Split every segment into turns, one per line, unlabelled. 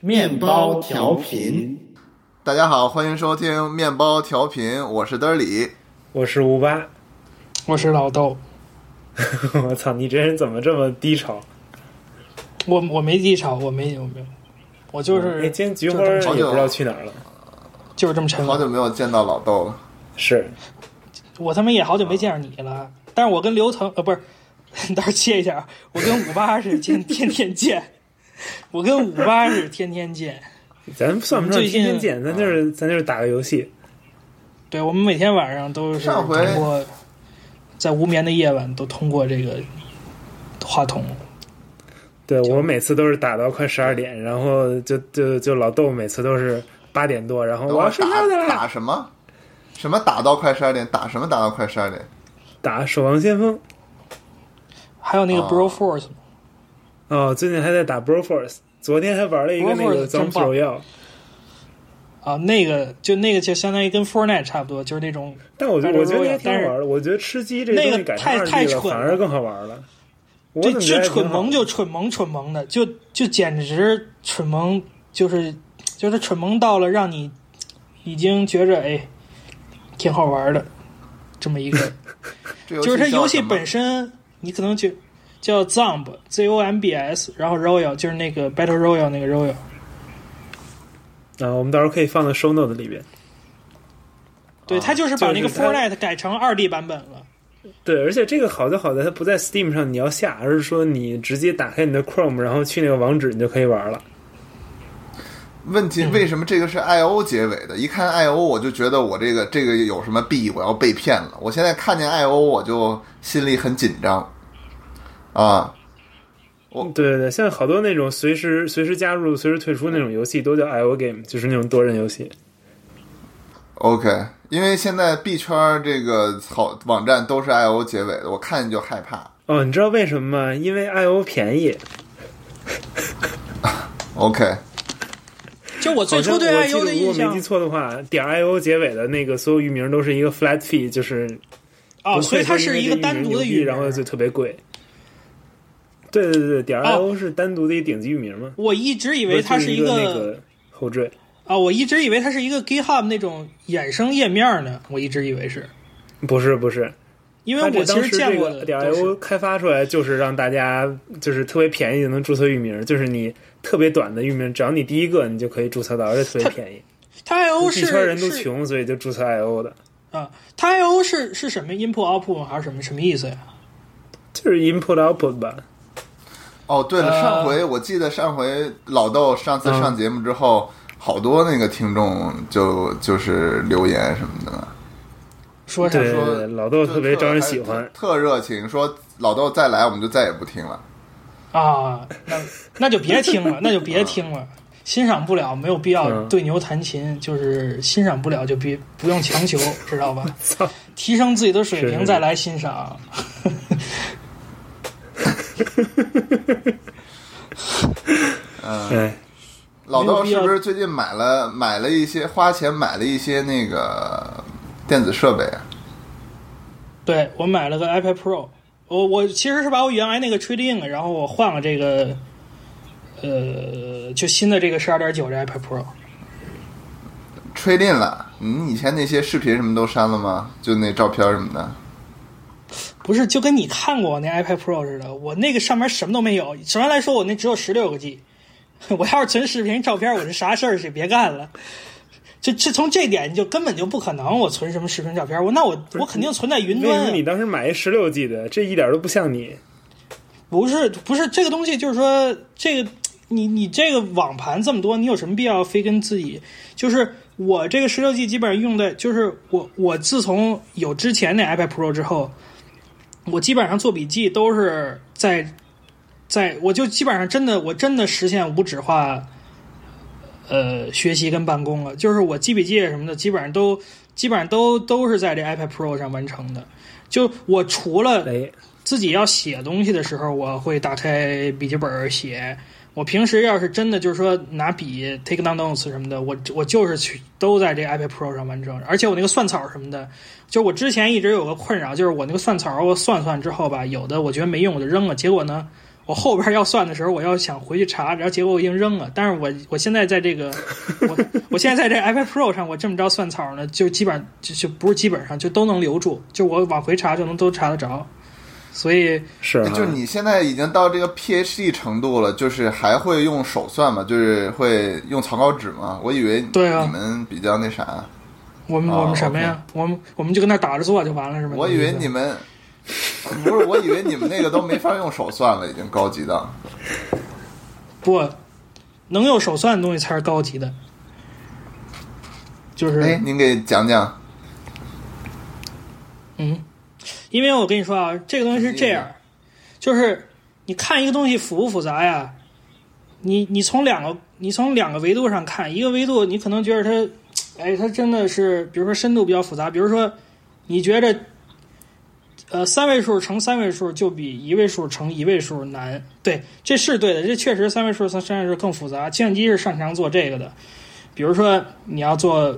面包调频，
大家好，欢迎收听面包调频，我是德里。
我是吴八。
我是老豆，
我操，你这人怎么这么低潮？
我我没低潮，我没有没有，我就是、
哎，今天菊花
就
也
这么
好久
不知道去哪儿了。
就是这么沉
好久
稳。
没有见到老豆了，
是，
我他妈也好久没见着你了，但是我跟刘腾呃不是， 待会儿切一下啊，我跟五八是天天天见，我跟五八是天天见。
咱算不上
最近啊
天天见，咱就是咱就是打个游戏。
对我们每天晚上都是
上
通
回
过在无眠的夜晚都通过这个话筒，
对我每次都是打到快十二点，然后就就就老豆每次都是八点多，然后
等
我
会
要
儿
睡觉去
打
了，
打什么？什么打到快十二点？打什么打到快十二点？
打《守望先锋》
还有那个
啊
Bro Force，、
哦，最近还在打《Bro Force》，昨天还玩了一个那
Brawl
个《
Force
脏
真
不
棒
手药》，
啊，那个就那个就相当于跟 Fortnite 差不多，就是那种
但我觉得
Battle
我觉得
Royale，
还挺好玩的。我觉得吃鸡这
那
东
个
西改成
太
二
太
D 了，
蠢
反
了
而更好玩了。我
对
怎，么觉得
这
还挺
蠢
好
萌就蠢萌蠢萌的，就就简直蠢萌，就是就是蠢萌到了让你已经觉着哎挺好玩的这么一个，
这
就是它
叫
游戏
什么
本身你可能就叫 Zomb Z O M B S，然后 Royal 就是那个 Battle Royal 那个 Royal，
啊，我们到时候可以放到 show note 里边。
对，
啊
它就是把那
就
个
是它
Fortnite 改成二 D 版本了。
对，而且这个好就好在它不在 Steam 上你要下，而是说你直接打开你的 Chrome，然后去那个网址你就可以玩了。
问
嗯
题为什么这个是 I O 结尾的？一看 I O 我就觉得我这个这个有什么弊，我要被骗了。我现在看见 I O 我就心里很紧张啊。
对对对，现在好多那种随时随时加入、随时退出那种游戏都叫 IO game，就是那种多人游戏。
OK，因为现在币圈这个好网站都是 I O 结尾的，我看见就害怕。
哦，你知道为什么吗？因为 IO 便宜。
OK，
就我最初对
好像
IO
我
的
记得如
印
果没
象
记错的话，点 IO 结尾的那个所有域名都是一个 flat fee，就是
哦，
不
所以
会
它
说
是一
因
个
为这
单独
域
的
名牛逼
语言，
然后就特别贵。对对对对，点 IO 是单独的一个顶级域名嘛？
我一直哦以
以
为它
是
一
个那个后缀。
啊，我一直以为它是一个 GitHub 那种衍生页面呢，我一直以为是，
不是不是，
因为
它这
我其
当
实
时
见
这
过
个
的
点
都是
IO 开发出来就是让大家就是特别便宜就能注册域名，就是你特别短的域名，只要你第一个你就可以注册到，而且特别便宜。
它 IO
一圈人
是
都
是
穷，所以就注册 IO 的，
啊，它 IO 是是什么 input output 还是什么什么意思呀？
就是 input output 吧。
哦，对了，
呃
上回我记得上回老豆上次
嗯
上节目之后，好多那个听众就就是留言什么的，
说啥
对？
说
对，老豆
就
特别招人喜欢
还。特特热情，说老豆再来我们就再也不听了。
啊，那那就别听了，那就别听了，欣赏不了没有必要
啊嗯
对牛弹琴，就是欣赏不了就别不用强求，知道吧？
操，
提升自己的水
是
平
是
再来欣赏。
哎，
老
没有
豆
必
是
要
不是最近买了买了一些花钱买了一些那个电子设备啊？
对我买了个 iPad Pro，我我其实是把我原来那个 Trade In，然后我换了这个，呃，就新的这个十二点九这 iPad Pro。
吹定了，你以前那些视频什么都删了吗？就那照片什么的。
不是，就跟你看过我那 iPad Pro 似的，我那个上面什么都没有。首先来说，我那只有十六个 G，我 要是存视频、照片，我是啥事儿也别干了。这这从这点就根本就不可能，我存什么视频、照片，我那我我肯定存在云
为
端、
什
啊
么。你当时买一十六 G 的？这一点都不像你。
不是不是这个东西，就是说这个你你这个网盘这么多，你有什么必要非跟自己？就是我这个十六 G 基本上用在，就是我我自从有之前那 iPad Pro 之后，我基本上做笔记都是在在，我就基本上真的我真的实现无纸化。呃，学习跟办公了，就是我记笔记什么的，基本上都基本上都都是在这 iPad Pro 上完成的。就我除了
哎，
自己要写东西的时候，我会打开笔记本儿写。我平时要是真的就是说拿笔 take down notes 什么的，我我就是去都在这 iPad Pro 上完成。而且我那个算草什么的，就我之前一直有个困扰，就是我那个算草我算算之后吧，有的我觉得没用我就扔了，结果呢，我后边要算的时候，我要想回去查，然后结果我已经扔了。但是我我现在在这个，我 我现在在这 iPad Pro 上，我这么着算草呢，就基本上就就不是基本上就都能留住，就我往回查就能都查得着。所以
是啊，
就你现在已经到这个 PhD 程度了，就是还会用手算吗？就是会用草稿纸吗？我以为
对啊
你们比较那啥，
我们、
哦
我们什么呀？我们我们就跟那儿打着坐就完了是吗？
我以为你们不是，我以为你们那个都没法用手算了，已经高级到。
不能用手算的东西才是高级的， 就是
哎，您给讲讲，
因为我跟你说啊，这个东西是这样，就是你看一个东西复不复杂呀？你你从两个你从两个维度上看，一个维度你可能觉得它，哎，它真的是，比如说深度比较复杂，比如说你觉得，呃，三位数乘三位数就比一位数乘一位数难，对，这是对的，这确实三位数乘三位数更复杂，计算机是擅长做这个的，比如说你要做。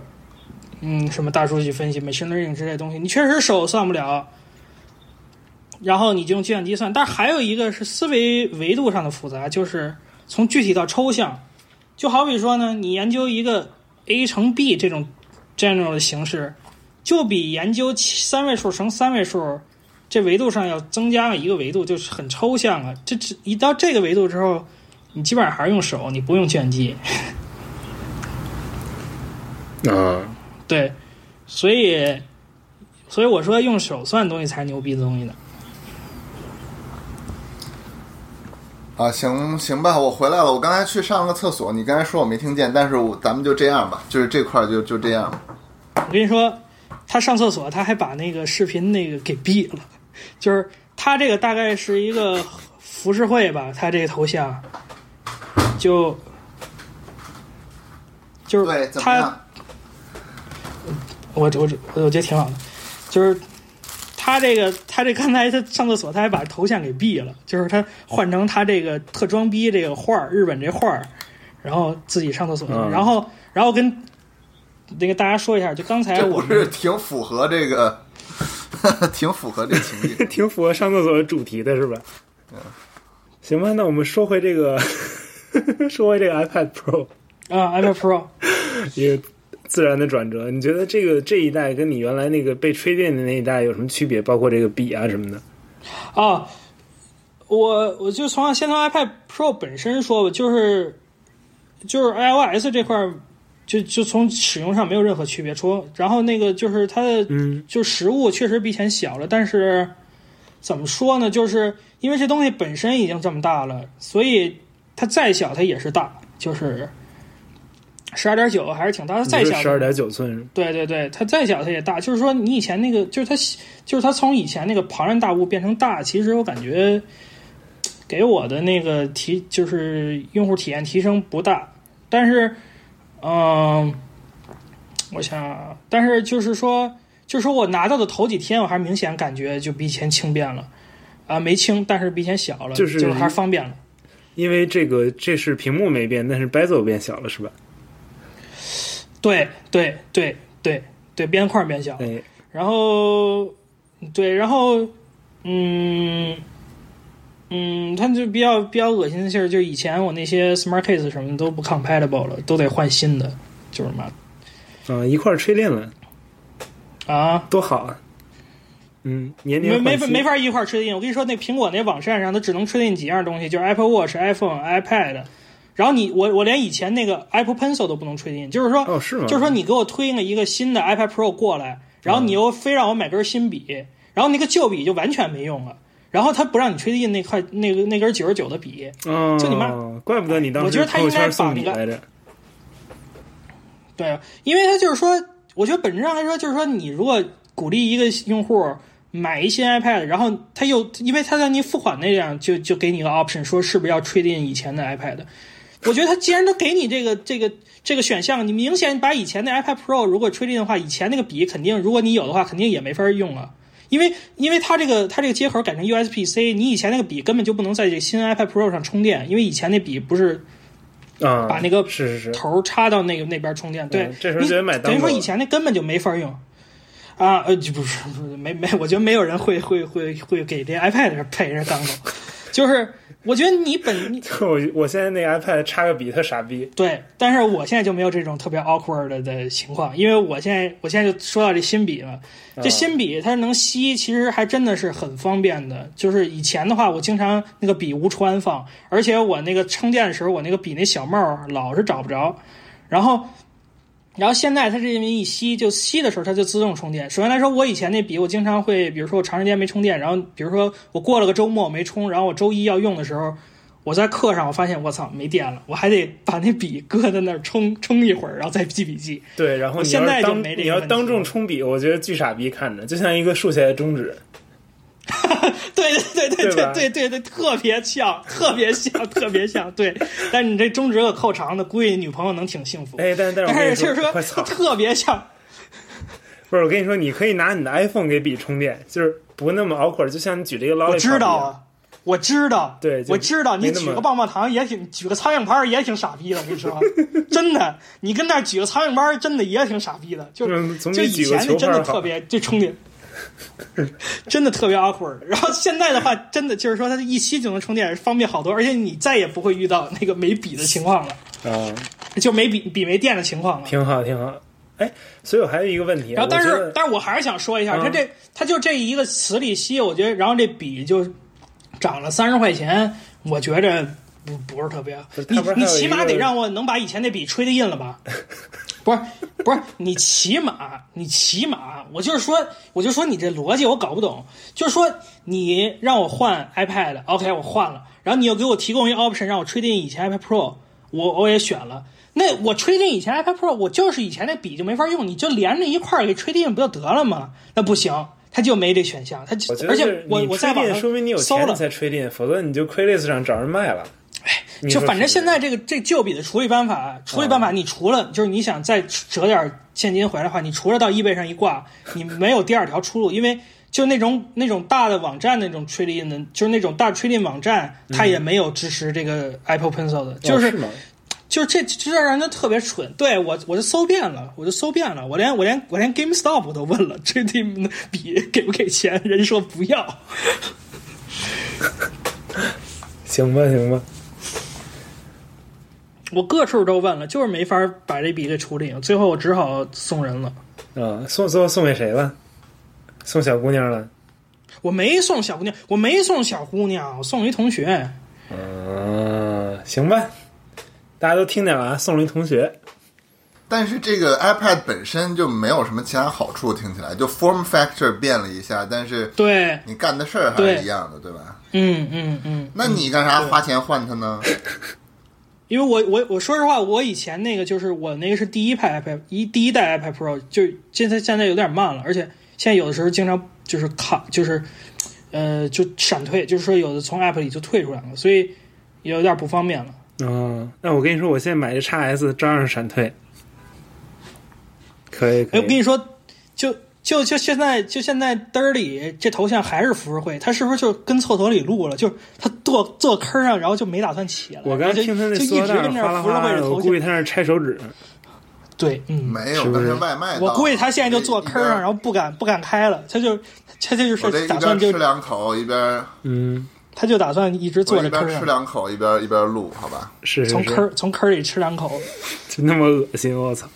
嗯，什么大数据分析、machine learning 之类的东西，你确实手算不了，然后你就用计算机算。但是还有一个是思维维度上的复杂，就是从具体到抽象。就好比说呢，你研究一个 a 乘 b 这种 general 的形式，就比研究七三位数乘三位数这维度上要增加了一个维度，就是很抽象了。这这一到这个维度之后，你基本上还是用手，你不用计算机。
啊，
对，所以所以我说用手算的东西才是牛逼的东西呢。
啊，行行吧，我回来了。我刚才去上了个厕所，你刚才说我没听见，但是我咱们就这样吧，就是这块儿就就这样吧。
我跟你说，他上厕所，他还把那个视频那个给毙了，就是他这个大概是一个浮世绘吧，他这个头像，就就是
对，怎么
他
样？
我我我我觉得挺好的，就是他这个他这刚才他上厕所，他还把头像给毙了，就是他换成他这个特装逼这个画儿，日本这画儿，然后自己上厕所，
嗯
然后然后跟那个大家说一下，就刚才
这
哎我
不
们
是挺符合这个， 挺符合这情景。
挺符合上厕所的主题的是吧？行吧，那我们说回这个，说回这个 iPad Pro
啊 iPad Pro。
一个自然的转折。你觉得这个这一代跟你原来那个被吹电的那一代有什么区别？包括这个笔啊什么的？
啊，我我就从先从 iPad Pro 本身说吧，就是就是 iOS 这块儿，就就从使用上没有任何区别，除然后那个就是它的
嗯
就实物确实比以前小了，但是怎么说呢？就是因为这东西本身已经这么大了，所以它再小它也是大，就是十二点九还是挺大，它再小
十二点九寸，
对对对，它再小它也大，就是说你以前那个，就是它，就是它从以前那个庞然大物变成大，其实我感觉给我的那个提就是用户体验提升不大，但是，嗯、我想啊，但是就是说，就是说我拿到的头几天，我还明显感觉就比以前轻便了，啊、没轻，但是比以前小了，
就是
就是还是方便了。
因为这个这是屏幕没变，但是 bezel 变小了是吧？
对对对对对，边框变小了。
哎，
然后，对，然后，嗯，嗯，它就比较比较恶心的事儿，就是以前我那些 smart case 什么的都不 compatible 了，都得换新的，就是嘛
啊、一块儿吹电了，
啊，
多好啊！嗯，年
没
年
没
换
法
新
没法一块儿 trade in。我跟你说，那苹果那网站上它只能 trade in 几样东西，就是
哦
Apple Watch、iPhone、iPad。然后你我我连以前那个 Apple Pencil 都不能 trade in，就是说
哦，是吗？
就是说你给我推了一个新的 iPad Pro 过来，然后你又非让我买根新笔，然后那个旧笔就完全没用了，然后他不让你吹印那块那个那根九十九的笔，
哦，
就你妈
怪不得你当
我觉
时
得他
朋友
应该
圈送
把
你
那个
来着。
对，啊因为他就是说，我觉得本质上来说，就是说你如果鼓励一个用户买一新 iPad，然后他又因为他让你付款那样，就就给你个 option，说是不是要 trade in 以前的 iPad。我觉得他既然都给你这个这个这个选项，你明显把以前的 iPad Pro 如果 trade in 的话，以前那个笔肯定，如果你有的话，肯定也没法用了。因为因为它这个它这个接口改成 USB-C，你以前那个笔根本就不能在这个新 iPad Pro 上充电，因为以前那笔不是
啊，
把那个
是是是，
头插到那个那边充电。对，
嗯这时候
你
就得买
等于
单
说
口
以前那根本就没法用。啊，呃，就不是不是没没，我觉得没有人会会会会给这 iPad 上配上钢口，就是我觉得你本你
我 我现在那个 iPad 插个笔特傻逼，
对，但是我现在就没有这种特别 awkward 的的情况，因为我现在我现在就说到这新笔了，这新笔它能吸，其实还真的是很方便的。就是以前的话，我经常那个笔无处安放，而且我那个撑电的时候，我那个笔那小帽儿老是找不着，然后。然后现在它这么一吸，就吸的时候它就自动充电。首先来说，我以前那笔我经常会，比如说我长时间没充电，然后比如说我过了个周末我没充，然后我周一要用的时候，我在课上我发现我操没电了，我还得把那笔搁在那儿充充一会儿，然后再记笔记。
对，然后
我
你
现
要
在
是
就
当
没这个
你要
问
当
题
众冲笔，我觉得巨傻逼看着，就像一个竖起来的中指。
对对对对
对吧
对对对，特别像，特别像，特别像。对，但是你这中指可扣长的，估计女朋友能挺幸福。
哎，但但是我跟
但
你
是就是
说，
说
我操，
特别像，
不是我跟你说，你可以拿你的 iPhone 给笔充电，就是不那么 awkward，就像你举这个 lollipop
我知道
一样，
啊，我知道，
对就
我知道，
没
你
那么
举个棒棒糖也挺，举个苍蝇拍儿也挺傻逼的，我跟 你说，真的，你跟那儿举个苍蝇拍儿，真的也挺傻逼的，就
嗯总比
就
举
以
个
前
球
那真
拍
的
儿好
特别就冲点。 真的特别 awkward，然后现在的话，真的就是说，它一吸就能充电，方便好多，而且你再也不会遇到那个没笔的情况了，
啊，
就没笔笔没电的情况了。
挺好挺好。哎，所以我还有一个问题啊，
然后，但
我觉
是
得，
但是我还是想说一下，
嗯
它这它就这一个词里吸，我觉得，然后这笔就涨了三十块钱，我觉着不不是特别
不是，它
你
不是还
你
有
起
一个
码得让我能把以前那笔吹的印了吧？不是不是，你起码你起码，我就是说，我就说你这逻辑我搞不懂，就是说你让我换 iPad，OK，、我换了，然后你又给我提供一个 option 让我吹进以前 iPad Pro，我我也选了。那我吹进以前 iPad Pro，我就是以前那笔就没法用，你就连着一块儿给吹进不就得了吗？那不行，它就没这选项，它
我觉得
而
就
且
是
我
你
我
吹
在网
电，
上
说明你有
搜
钱你
了，
才吹电，否则你就 Craylist 上找人卖了。你
就
说
反正
是啊
现在这个这旧笔的处理办法，处理办法，你除了就是你想再折点现金回来的话，你除了到 eBay 上一挂，你没有第二条出路，因为就那种那种大的网站那种 trade in 的，就是那种大 trade in 网站，它也没有支持这个 Apple Pencil 的，
嗯哦
就是
吗？
就是这这让人家特别蠢。对我，我就搜遍了，我就搜遍了，我连我连我连 GameStop 我都问了，这 t 笔给不给钱？人说不要。
行吧行吧，
我各处都问了，就是没法把这笔给处理，最后我只好送人了。
啊，送送送给谁了？送小姑娘了。
我没送小姑娘，我没送小姑娘，我送一同学。
嗯，行吧，大家都听见了啊，送了一同学。
但是这个 iPad 本身就没有什么其他好处，听起来就 form factor 变了一下，但是
对，
你干的事儿还
对
是一样的，对吧？
嗯嗯嗯，
那你干啥花钱换它呢？
因为我我我说实话，我以前那个就是我那个是第一派 iPad 一第一代 iPad Pro，就是现在现在有点慢了，而且现在有的时候经常就是卡，就是呃就闪退，就是说有的从 App 里就退出来了，所以有点不方便了。
嗯，那我跟你说，我现在买这 x S 照样闪退。可以可
哎，我跟
以，
你说，就就就现在就现在嘚儿里这头像还是浮世绘，他是不是就跟厕所里录了？就是他坐坐坑上，然后就没打算起来。
我刚
就
听他那
就
塑
一
料
直
袋儿
跟
哗
那儿
啦
浮世
哗
绘
啦
着
的，我
头
估
像
计。他是拆手指。
对，嗯，
没有，
是不
刚
是
才外卖到
我
了。
估计他现在就坐坑上，
一边
然后不敢不敢开了，他就他他就
我这
是
一
打算
边
就
吃两口，一边
嗯，
他就打算一直
我
坐
一
着
边
坑啊
吃
上，
两口，一边一边录，好吧？
是是
从
是，
坑从坑里吃两口，
就那么恶心，我操！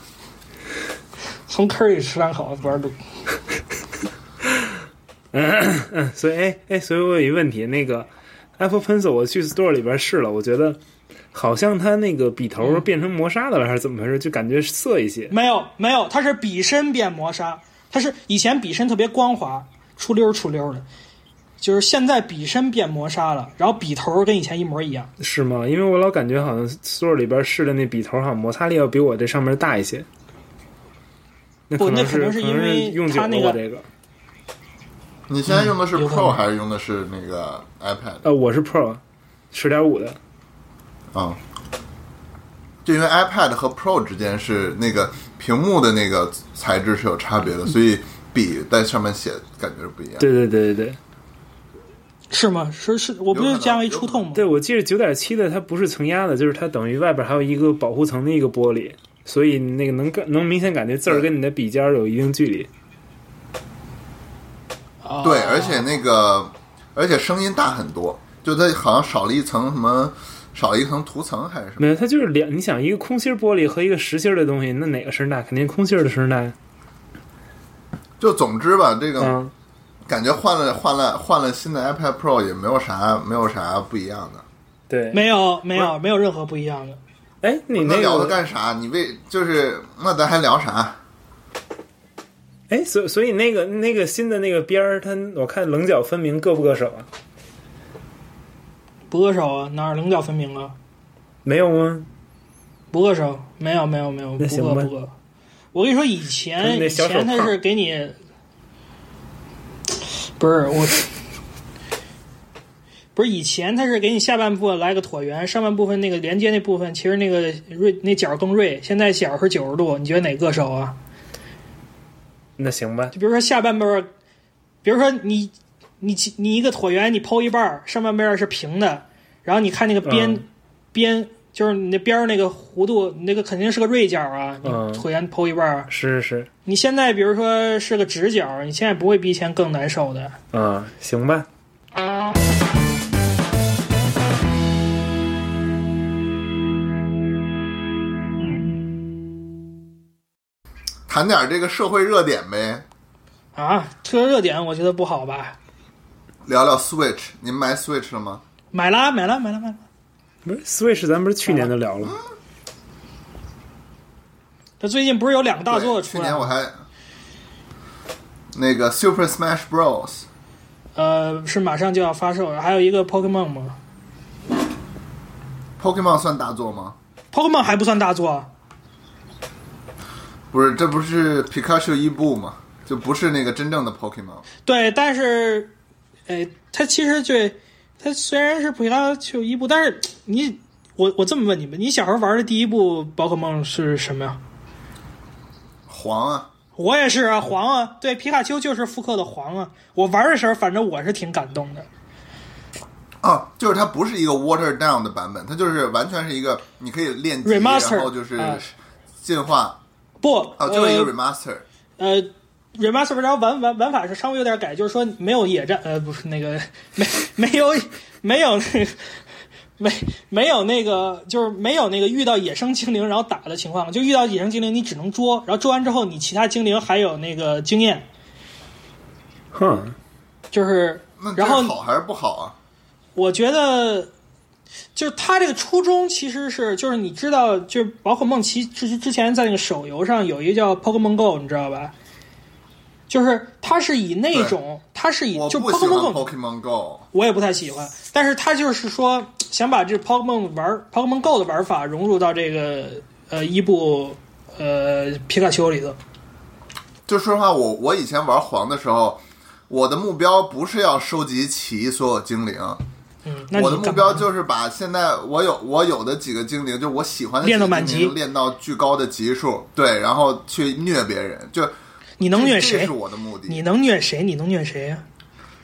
从坑里吃两口玩撸。
嗯，所以哎哎，所以我有一个问题，那个 Apple Pencil 我去 Store 里边试了，我觉得好像它那个笔头变成磨砂的了，还是怎么回事？就感觉涩一些。
没有没有，它是笔身变磨砂，它是以前笔身特别光滑，出溜儿出溜儿的，就是现在笔身变磨砂了，然后笔头儿跟以前一模一样。
是吗？因为我老感觉好像 store 里边试的那笔头好像摩擦力要比我这上面大一些。那
不
可能
那可能
是
是
可
因为
能是用久
它
了
那个
我这个，
你现在用的是
有可能
Pro 还是用的是那个 iPad
呃，我是 Pro 十点五的，
啊？就因为 iPad 和 Pro 之间是那个屏幕的那个材质是有差别的，所以笔在上面写感觉是不一样。
对对对对对，
是吗？是是，我
有
不
可
就
能
加了一
有
触
可
痛吗？
对我记得九点七的它不是层压的，就是它等于外边还有一个保护层的一个玻璃，所以那个能感能明显感觉字儿跟你的笔尖儿有一定距离。
啊
哦
哦
对，而且那个而且声音大很多，就它好像少了一层什么，少了一层涂层还是什么？
没有，它就是两。你想，一个空心玻璃和一个实心的东西，那哪个声大？肯定空心的声大。
就总之吧，这个
嗯，
感觉换了换了换了新的 iPad Pro 也没有啥没有啥不一样的。
对。
没有没有没有任何不一样的。
哎，你
那
那
聊它
个，
干啥？你为就是那咱还聊啥？
哎，所所以那个那个新的那个边儿，它我看棱角分明，硌不硌手啊？
不硌手啊，哪儿棱角分明啊？
没有吗？
不硌手，没有没有没有，不
那行
硌
吧
不硌。我跟你说，以
他
前
们那
以
小手
前他
套
是给你，不是我，不是以前他是给你下半部分来个椭圆，上半部分那个连接那部分，其实那个锐那角更锐。现在角是九十度，你觉得哪硌手啊？
那行吧，
就比如说下半边儿，比如说你你你一个椭圆，你剖一半儿，上半边儿是平的，然后你看那个边、
嗯
边，就是你那边儿那个弧度，你那个肯定是个锐角啊，你
嗯
椭圆剖一半儿，
是是
你现在比如说是个直角，你现在不会比以前更难受的。
是，啊，行吧。
谈点这个社会热点呗，
啊，特热点我觉得不好吧？
聊聊 Switch。您买 Switch 了吗？
买啦，买啦，买啦，买啦！
不是 Switch，咱不是去年就聊了吗？
这最近不是有两个
啊
大作
对，去
出来
年
吗？
我还那个 Super Smash Bros。
呃，是马上就要发售了，还有一个 Pokemon 吗
Pokemon 算大作吗？
？Pokemon 还不算大作，啊
不是，这不是 Pikachu 伊布吗？就不是那个真正的 Pokemon。
对，但是，呃，它其实对它虽然是普希拉丘一部，但是你我我这么问你们，你小时候玩的第一部宝可梦是什么呀？
黄啊，
我也是啊，黄啊，对，皮卡丘就是复刻的黄啊。我玩的时候，反正我是挺感动的。
啊，就是它不是一个 water down 的版本，它就是完全是一个你可以练级，
Remaster，
然后就是
啊
进化，
不，
啊，就是一个
呃
remaster。
呃，remaster 然后玩玩玩法是稍微有点改，就是说没有野战，呃，不是那个没没有没有那个没没有那个就是没有那个遇到野生精灵然后打的情况，就遇到野生精灵你只能捉，然后捉完之后你其他精灵还有那个经验，
嗯
哼，
就是
那这
然后
好还是不好啊？
我觉得，就是他这个初衷其实是，就是你知道，就是宝可梦其之之前在那个手游上有一个叫 Pokemon Go，你知道吧？就是它是以那种，它是以
我
就
不喜欢
Pokemon Go，
Pokemon Go。
我也不太喜欢，但是它就是说想把这 Pokemon 玩 Pokemon Go 的玩法融入到这个呃伊布呃皮卡丘里头。
就说实话，我我以前玩黄的时候，我的目标不是要收集齐所有精灵，
嗯，那你
我的目
干
标
嘛
就是把现在我有我有的几个精灵，就我喜欢的几
练到
个
满
精
级
灵练到巨高的级数，对，然后去虐别人，就
你能
这这
虐谁
是？我的目的。
你能虐谁？你能虐谁呀、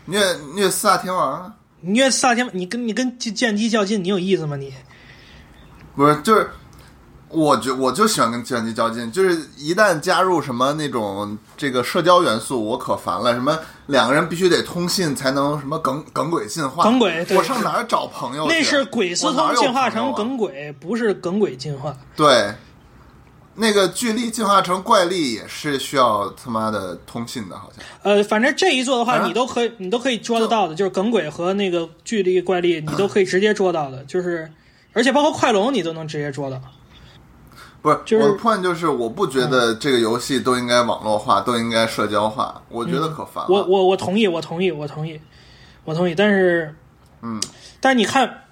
虐虐四大天王啊？
你虐萨天，你跟你跟剑剑姬较劲，你有意思吗？你
不是，就是我觉我就喜欢跟计算机较劲，就是一旦加入什么那种这个社交元素，我可烦了。什么两个人必须得通信才能什么耿耿鬼进化，
耿鬼对
我上哪儿找朋友去？啊
那是鬼
哦我
斯
哪
通
儿有
进化
朋友
成
啊
耿鬼，不是耿鬼进化。
对。那个巨力进化成怪力也是需要他妈的通信的，好像
呃，反正这一座的话，
啊
你都可以，你都可以捉得到的，就是耿鬼和那个巨力怪力，你都可以直接捉到的，就是，而且包括快龙，你都能直接捉到。
不是。
就是
我的 point 就是，我不觉得这个游戏都应该网络化，都应该社交化，我觉得可烦了。
嗯我我我同意，我同意，我同意，我同意。但是，
嗯，
但是你看，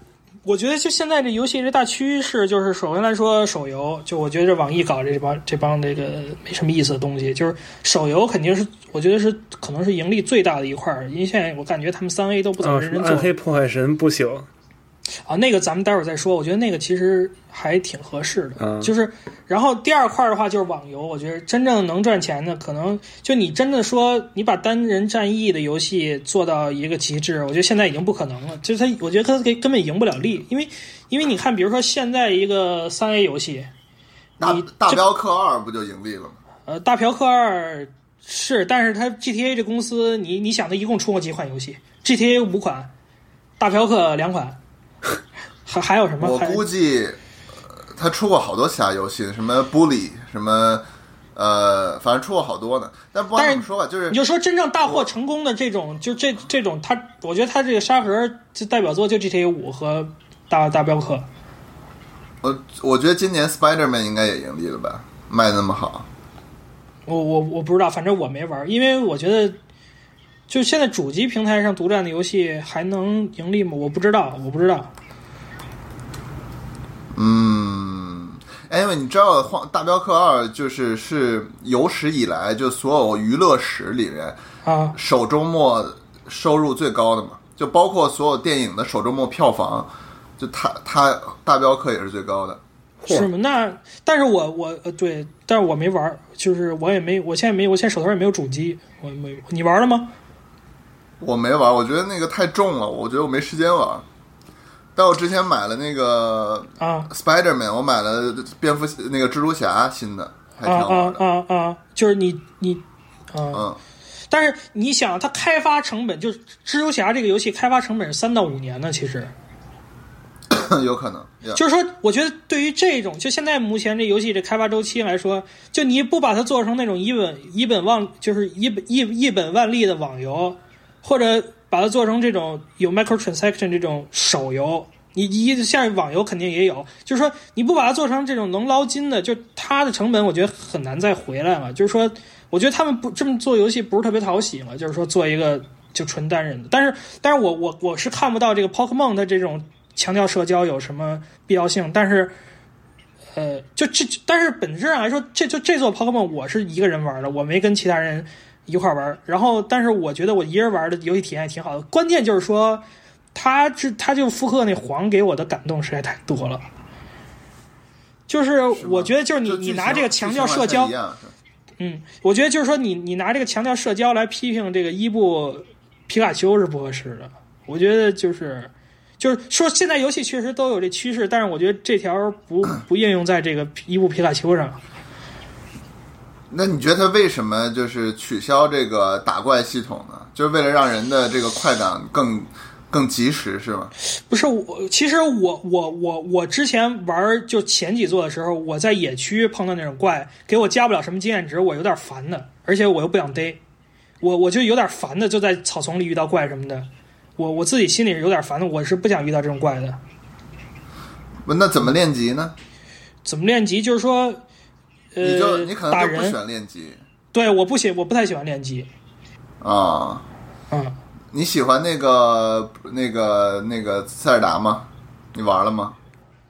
我觉得就现在这游戏这大趋势，就是首先来说手游，就我觉得这网易搞这帮这帮这个没什么意思的东西，就是手游肯定是我觉得是可能是盈利最大的一块儿，因为现在我感觉他们三 A 都不怎么
啊，
认
什
真
么
做、
暗黑破坏神不朽，
啊，那个咱们待会儿再说。我觉得那个其实还挺合适的，
嗯
就是，然后第二块儿的话就是网游，我觉得真正能赚钱的，可能就你真的说你把单人战役的游戏做到一个极致，我觉得现在已经不可能了。就是它，我觉得它根根本赢不了利，因为因为你看，比如说现在一个三 A 游戏，
大
你
大
这
镖客二不就盈利了吗？
呃，大嫖客二是，但是它 GTA 这公司，你你想它一共出过几款游戏？GTA 五款，大嫖客 两款，还还有什么？
我
还
估计呃他出过好多其他游戏，什么《玻璃》，什么呃，反正出过好多呢。但不管
但是
怎么说吧，就是
你就说真正大获成功的这种，就这这种，他我觉得他这个沙盒就代表作就 GTA 五和大大镖客。
我我觉得今年 Spider-Man 应该也盈利了吧，卖得那么好。
我我我不知道，反正我没玩儿，因为我觉得就现在主机平台上独占的游戏还能盈利吗？我不知道，我不知道。
嗯，哎，因为你知道《荒大镖客二》就是是有史以来就所有娱乐史里面
啊，
首周末收入最高的嘛，就包括所有电影的首周末票房，就他他大镖客也是最高的。
嚯
是吗？那但是我我呃对，但是我没玩儿，就是我也没，我现在没，我现在手头也没有主机，我没，你玩了吗？
我没玩，我觉得那个太重了，我觉得我没时间玩。但我之前买了那个
啊
Spider-Man，我买了蝙蝠那个蜘蛛侠新的，还
啊
挺好玩
啊
的。
啊啊！就是你你啊，
嗯，
但是你想，它开发成本就是蜘蛛侠这个游戏开发成本是三到五年呢，其实。
有可能。Yeah
就是说，我觉得对于这种就现在目前这游戏这开发周期来说，就你不把它做成那种以本以本万就是以本一一本万利的网游，或者把它做成这种有 microtransaction 这种手游，你一像网游肯定也有，就是说你不把它做成这种能捞金的，就它的成本我觉得很难再回来嘛。就是说，我觉得他们不这么做游戏不是特别讨喜嘛，就是说做一个就纯单人的，但是但是我我我是看不到这个 Pokemon 的这种强调社交有什么必要性，但是。呃，就这，但是本质上来说，这就这座 Pokemon 我是一个人玩的，我没跟其他人一块玩。然后，但是我觉得我一人玩的游戏体验也挺好的。关键就是说，它这它就复刻那黄给我的感动实在太多了。就是
是吗
我觉得就是你
就剧
你
情
拿这个强调
剧情完
社
全
交
一，样是
嗯，我觉得就是说你你拿这个强调社交来批评这个伊布皮卡丘是不合适的。我觉得就是就是说现在游戏确实都有这趋势，但是我觉得这条不 不应用在这个伊布皮卡丘上。
那你觉得他为什么就是取消这个打怪系统呢？就是为了让人的这个快感更更及时是吗？
不是我，其实我我我我之前玩儿就前几座的时候，我在野区碰到那种怪，给我加不了什么经验值，我有点烦的，而且我又不想逮，我我就有点烦的，就在草丛里遇到怪什么的，我我自己心里是有点烦的，我是不想遇到这种怪的。
不那怎么练级呢？
怎么练级？就是说，呃，
你就你可能
打
就不喜
人。
欢练级
对，我不喜，我不太喜欢练级。
啊？
嗯，
你喜欢那个那个那个塞尔达吗？你玩了吗？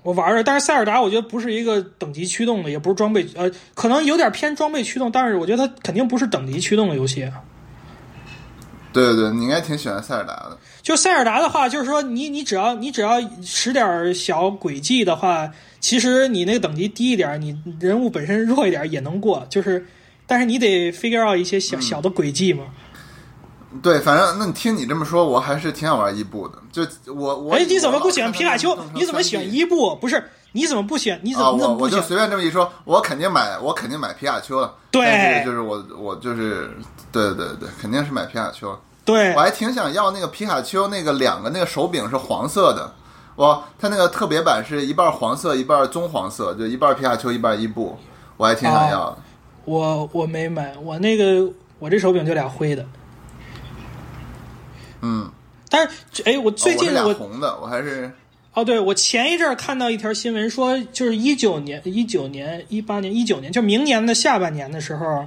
我玩了，但是塞尔达我觉得不是一个等级驱动的，也不是装备，呃，可能有点偏装备驱动，但是我觉得它肯定不是等级驱动的游戏。啊
对对对，你应该挺喜欢塞尔达的。
就塞尔达的话，就是说你你只要你只要使点小诡计的话，其实你那个等级低一点，你人物本身弱一点也能过，就是，但是你得 figure out 一些
嗯
小小的诡计嘛。
对，反正那你听你这么说，我还是挺想玩伊布的。就我我，
哎，你怎么不喜欢
我老
皮卡丘
看他？们
你怎么喜欢伊布？不是，你怎么不喜欢？你怎
啊，
么、你怎
我
么
我
不喜
就
欢？
随便这么一说，我肯定买，我肯定买皮卡丘了。
对
但是就是我我就是对对对，肯定是买皮卡丘了。
对
我，还挺想要那个皮卡丘那个两个那个手柄是黄色的，哇，它那个特别版是一半黄色一半棕黄色，就一半皮卡丘一半伊布，我还挺
哦
想要的。
我我没买，我那个我这手柄就俩灰的。
嗯，
但是哎，我最近
哦我
我
是俩红的，我还是
哦，对，我前一阵儿看到一条新闻说，就是一九年、一九年、一八年、一九年，就明年的下半年的时候，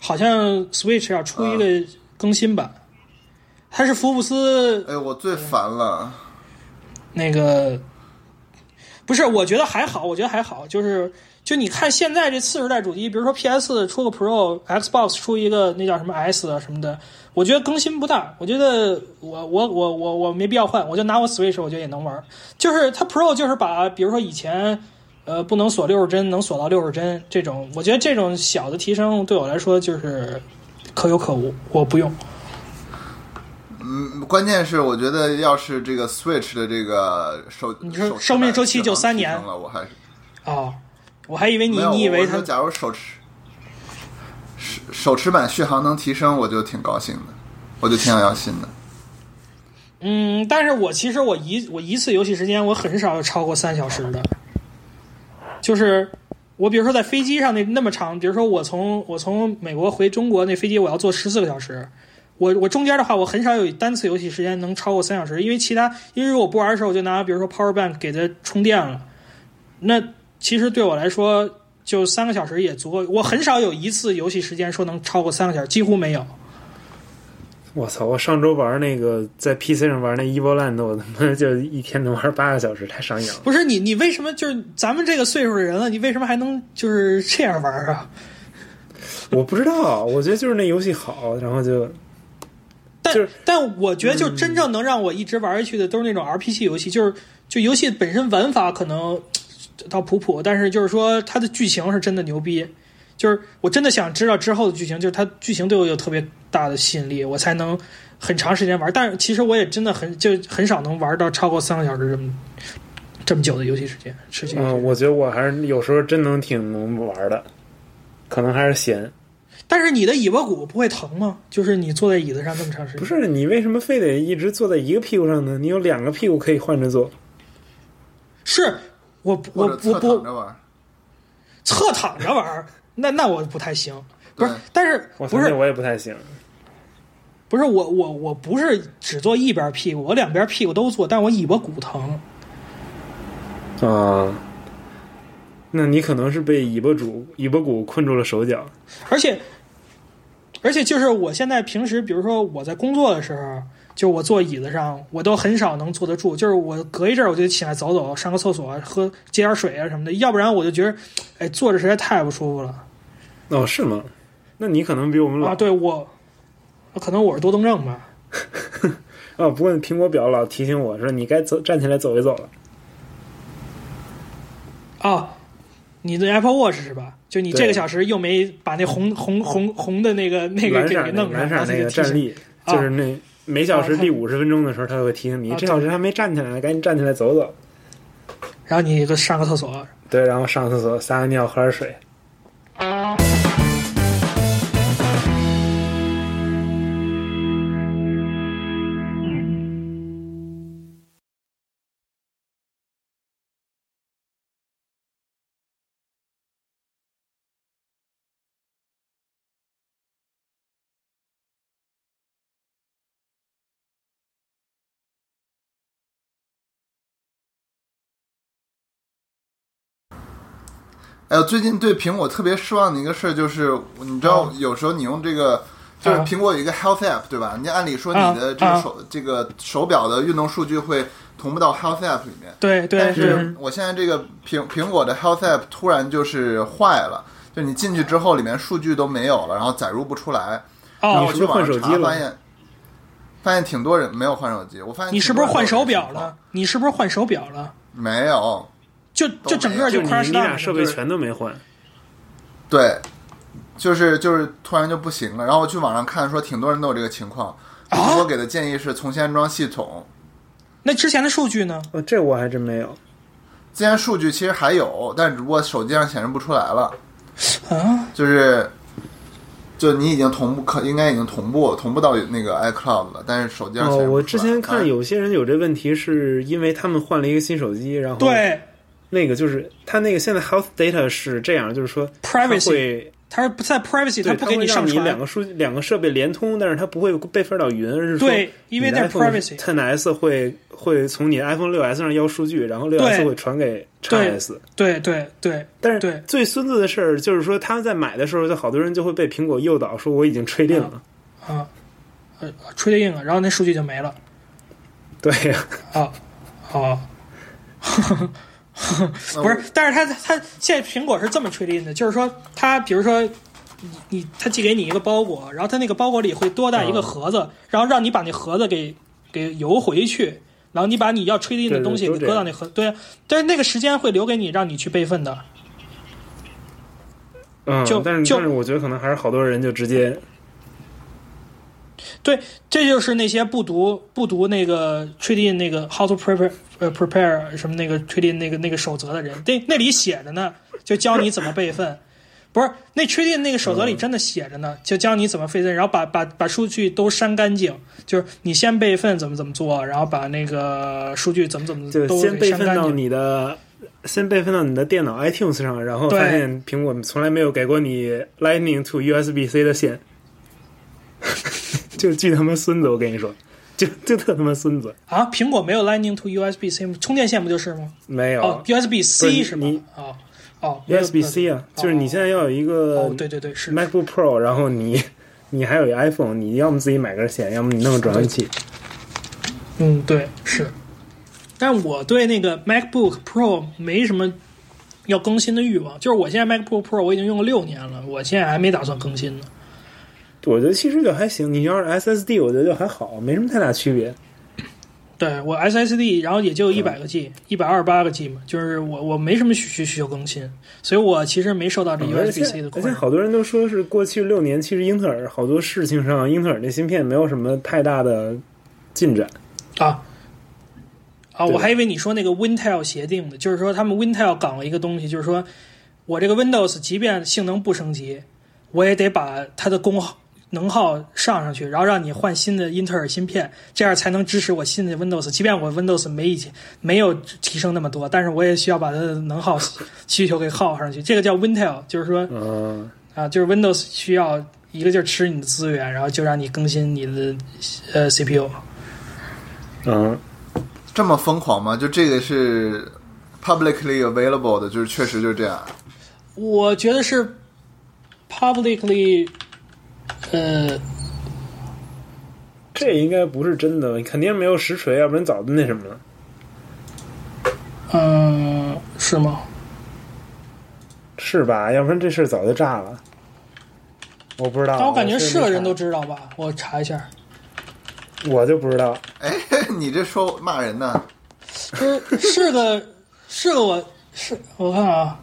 好像 Switch 要
嗯
出一个更新版，它是福布斯
哎呦，我最烦了。
那个，不是，我觉得还好，我觉得还好，就是就你看现在这次十代主机，比如说 PS 出个 Pro，Xbox 出一个那叫什么 S 啊什么的，我觉得更新不大，我觉得我我我我我没必要换，我就拿我 Switch，我觉得也能玩儿。就是它 Pro 就是把比如说以前。呃，不能锁六十帧，能锁到六十帧这种，我觉得这种小的提升对我来说就是可有可无，我不用。
嗯，关键是我觉得要是这个 Switch 的这个手
你说
手持
生命
版
周期
续航
93
提升
年
了，我还是
哦，我还以为你
没有
你以为
我
它
说假如手持手手持版续航能提升，我就挺高兴的，我就挺想要新的。
嗯，但是我其实我一我一次游戏时间我很少有超过三小时的，就是我比如说在飞机上那那么长，比如说我从我从美国回中国那飞机我要坐十四个小时，我我中间的话我很少有单次游戏时间能超过三小时，因为其他因为我不玩的时候我就拿比如说 Power Bank 给它充电了，那其实对我来说就三个小时也足够，我很少有一次游戏时间说能超过三个小时，几乎没有。
我操！我上周玩那个在 PC 上玩那《Evil Land》，我他妈就一天能玩八个小时，太上瘾了。
不是你，你为什么就是咱们这个岁数的人了，你为什么还能就是这样玩啊？
我不知道，我觉得就是那游戏好，然后就
但、
就是
但我觉得，就真正能让我一直玩下去的，都是那种 RPG 游戏，就是就游戏本身玩法可能倒普普，但是就是说它的剧情是真的牛逼，就是我真的想知道之后的剧情，就是它剧情对我有特别大的吸引力，我才能很长时间玩。但是其实我也真的很就很少能玩到超过三个小时这么这么久的游戏时间，持续。
嗯，我觉得我还是有时候真能挺能玩的，可能还是闲。
但是你的尾巴骨不会疼吗？就是你坐在椅子上那么长时间，
不是你为什么非得一直坐在一个屁股上呢？你有两个屁股可以换着坐。
是我不
或
我
者侧
我
躺
不
着玩。
侧躺着玩儿，那那我不太行。不是
对，
但是
我操
不
那
是
我也不太行。
不是我我我不是只坐一边屁股，我两边屁股都坐，但我尾巴骨疼。
啊，那你可能是被尾巴骨尾巴骨困住了手脚。
而且，而且就是我现在平时，比如说我在工作的时候，就我坐椅子上，我都很少能坐得住。就是我隔一阵儿我就起来走走，上个厕所，喝接点水啊什么的，要不然我就觉得，哎，坐着实在太不舒服了
哦，是吗？那你可能比我们老
啊！对我，呃可能我是多动症吧。
啊、不过苹果表老提醒我说你该走站起来走一走了。
啊，你的 Apple Watch 是吧？就你
对
这个小时又没把那红红红红的那个那个
蓝
给
色
给弄上，
蓝色
然后它
那
就
个
提醒
站立，
啊
就是那每小时
啊它
第五十分钟的时候，它会提醒你、
啊
这小时还没站起来，赶紧站起来走走。
然后你个上个厕所。
对，然后上厕所撒个尿，喝点水。
哎呦，最近对苹果特别失望的一个事儿就是，你知道
啊，
有时候你用这个，就是
啊
苹果有一个 Health App，对吧？你按理说
啊
你的这个
啊
手这个手表的运动数据会同步到 Health App 里面，
对对
但
对
是我现在这个苹苹果的 Health App 突然就是坏了，就你进去之后里面数据都没有了，然后载入不出来。然后
哦
我，去网
你是
上
不
查，
是换手机了
发现发现挺多人没有换手机，我发现
你是不是换手表
挺多人
了？你是不是换手表了？
没有，
就就整个
就
就
你
crash
你
down
俩
了
设备
整个
全都没换，
对，就是就是突然就不行了。然后我去网上看，说挺多人都有这个情况。
啊
苹果给的建议是重新安装系统。
那之前的数据呢？
哦，这我还真没有。
既然数据其实还有，但只不过手机上显示不出来了，
啊，
就是就你已经同步可应该已经同步同步到那个 iCloud 了，但是手机上显示不出
哦，
来。
我之前
哎
看有些人有这问题，是因为他们换了一个新手机，然后
对
那个就是他那个现在 health data 是这样，就是说它
，privacy，
会
它是不在 privacy，它
对
不
会
给
让
上
你两
传
个。数据两个设备连通，但是它不会备份到云，而是说
对，因为那是 privacy。
Ten S 会会从你 iPhone 6s 上要数据，然后6
对
S 会传给 x
对
S。
对对对，
但是
对
最孙子的事儿就是说，他们在买的时候，就好多人就会被苹果诱导说我已经 trade in 了。
啊，呃，吹的硬了，然后那数据就没了。
对呀，
啊，哦，不是，但是他他现在苹果是这么吹的的，就是说他比如说你你他寄给你一个包裹，然后他那个包裹里会多带一
嗯
个盒子，然后让你把那盒子给给邮回去，然后你把你要吹的的
对对
东西
都
给
这
搁到
样
那盒，对啊，但是那个时间会留给你让你去备份的。
嗯
就，
但是
就
但是我觉得可能还是好多人就直接
对，这就是那些不读不读那个 trade in 那个 how to prepare 呃 prepare 什么那个 trade in 那个那个守则的人，那那里写着呢，就教你怎么备份。 不是那确定那个守则里真的写着呢，就教你怎么费分，然后把把把数据都删干净，就是你先备份怎么怎么做，然后把那个数据怎么怎么
就
嗯都
先
给
备
删
份
干
到
净。
你的，先备份到你的电脑 iTunes 上，然后
对
发现苹果从来没有给过你 Lightning to USB-C 的线， 就巨他妈孙子！我跟你说，就就特他妈孙子，
啊，苹果没有 Lightning to USB C 吗？充电线不就是吗？
没有、
哦
不
，USB
是
C
你
是吗
你？
哦哦
USB-C 啊，呃就是你现在要有一个、
哦，对对对，是
MacBook Pro，然后你你还有一 iPhone，你要么自己买根线，要么你弄个转换器。
嗯，对，是。但我对那个 MacBook Pro 没什么要更新的欲望，就是我现在 MacBook Pro 我已经用了六年了，我现在还没打算更新呢。
我觉得其实就还行，你要是 SSD，我觉得就还好，没什么太大区别。
对我 SSD，然后也就一百个 G，一百二十八个 G 嘛，就是我我没什么需需需求更新，所以我其实没受到这
啊而
USB
且
C 的
而
困
且
扰。
好多人都说是过去六年，其实英特尔好多事情上，英特尔那芯片没有什么太大的进展。
啊啊！
对
我还以为你说那个 Wintel 协定呢，就是说他们 Wintel 搞了一个东西，就是说我这个 Windows 即便性能不升级，我也得把它的功耗能耗上上去，然后让你换新的英特尔芯片，这样才能支持我新的 Windows。即便我 Windows 没以前没有提升那么多，但是我也需要把它的能耗需求给耗上去。这个叫 Wintel，就是说
嗯、
啊，就是 Windows 需要一个劲儿吃你的资源，然后就让你更新你的呃 CPU。
嗯，
这么疯狂吗？就这个是 publicly available 的，就是确实就这样。
我觉得是 publicly，呃，
这应该不是真的，肯定没有实锤，要不然早就那什么了。
嗯、是吗？
是吧？要不然这事儿早就炸了。我不知道，
但我感觉是
是没
个人
查
都知道吧？我查一下，
我就不知道。
哎，你这说骂人呢？
就是是个 是个我是我看啊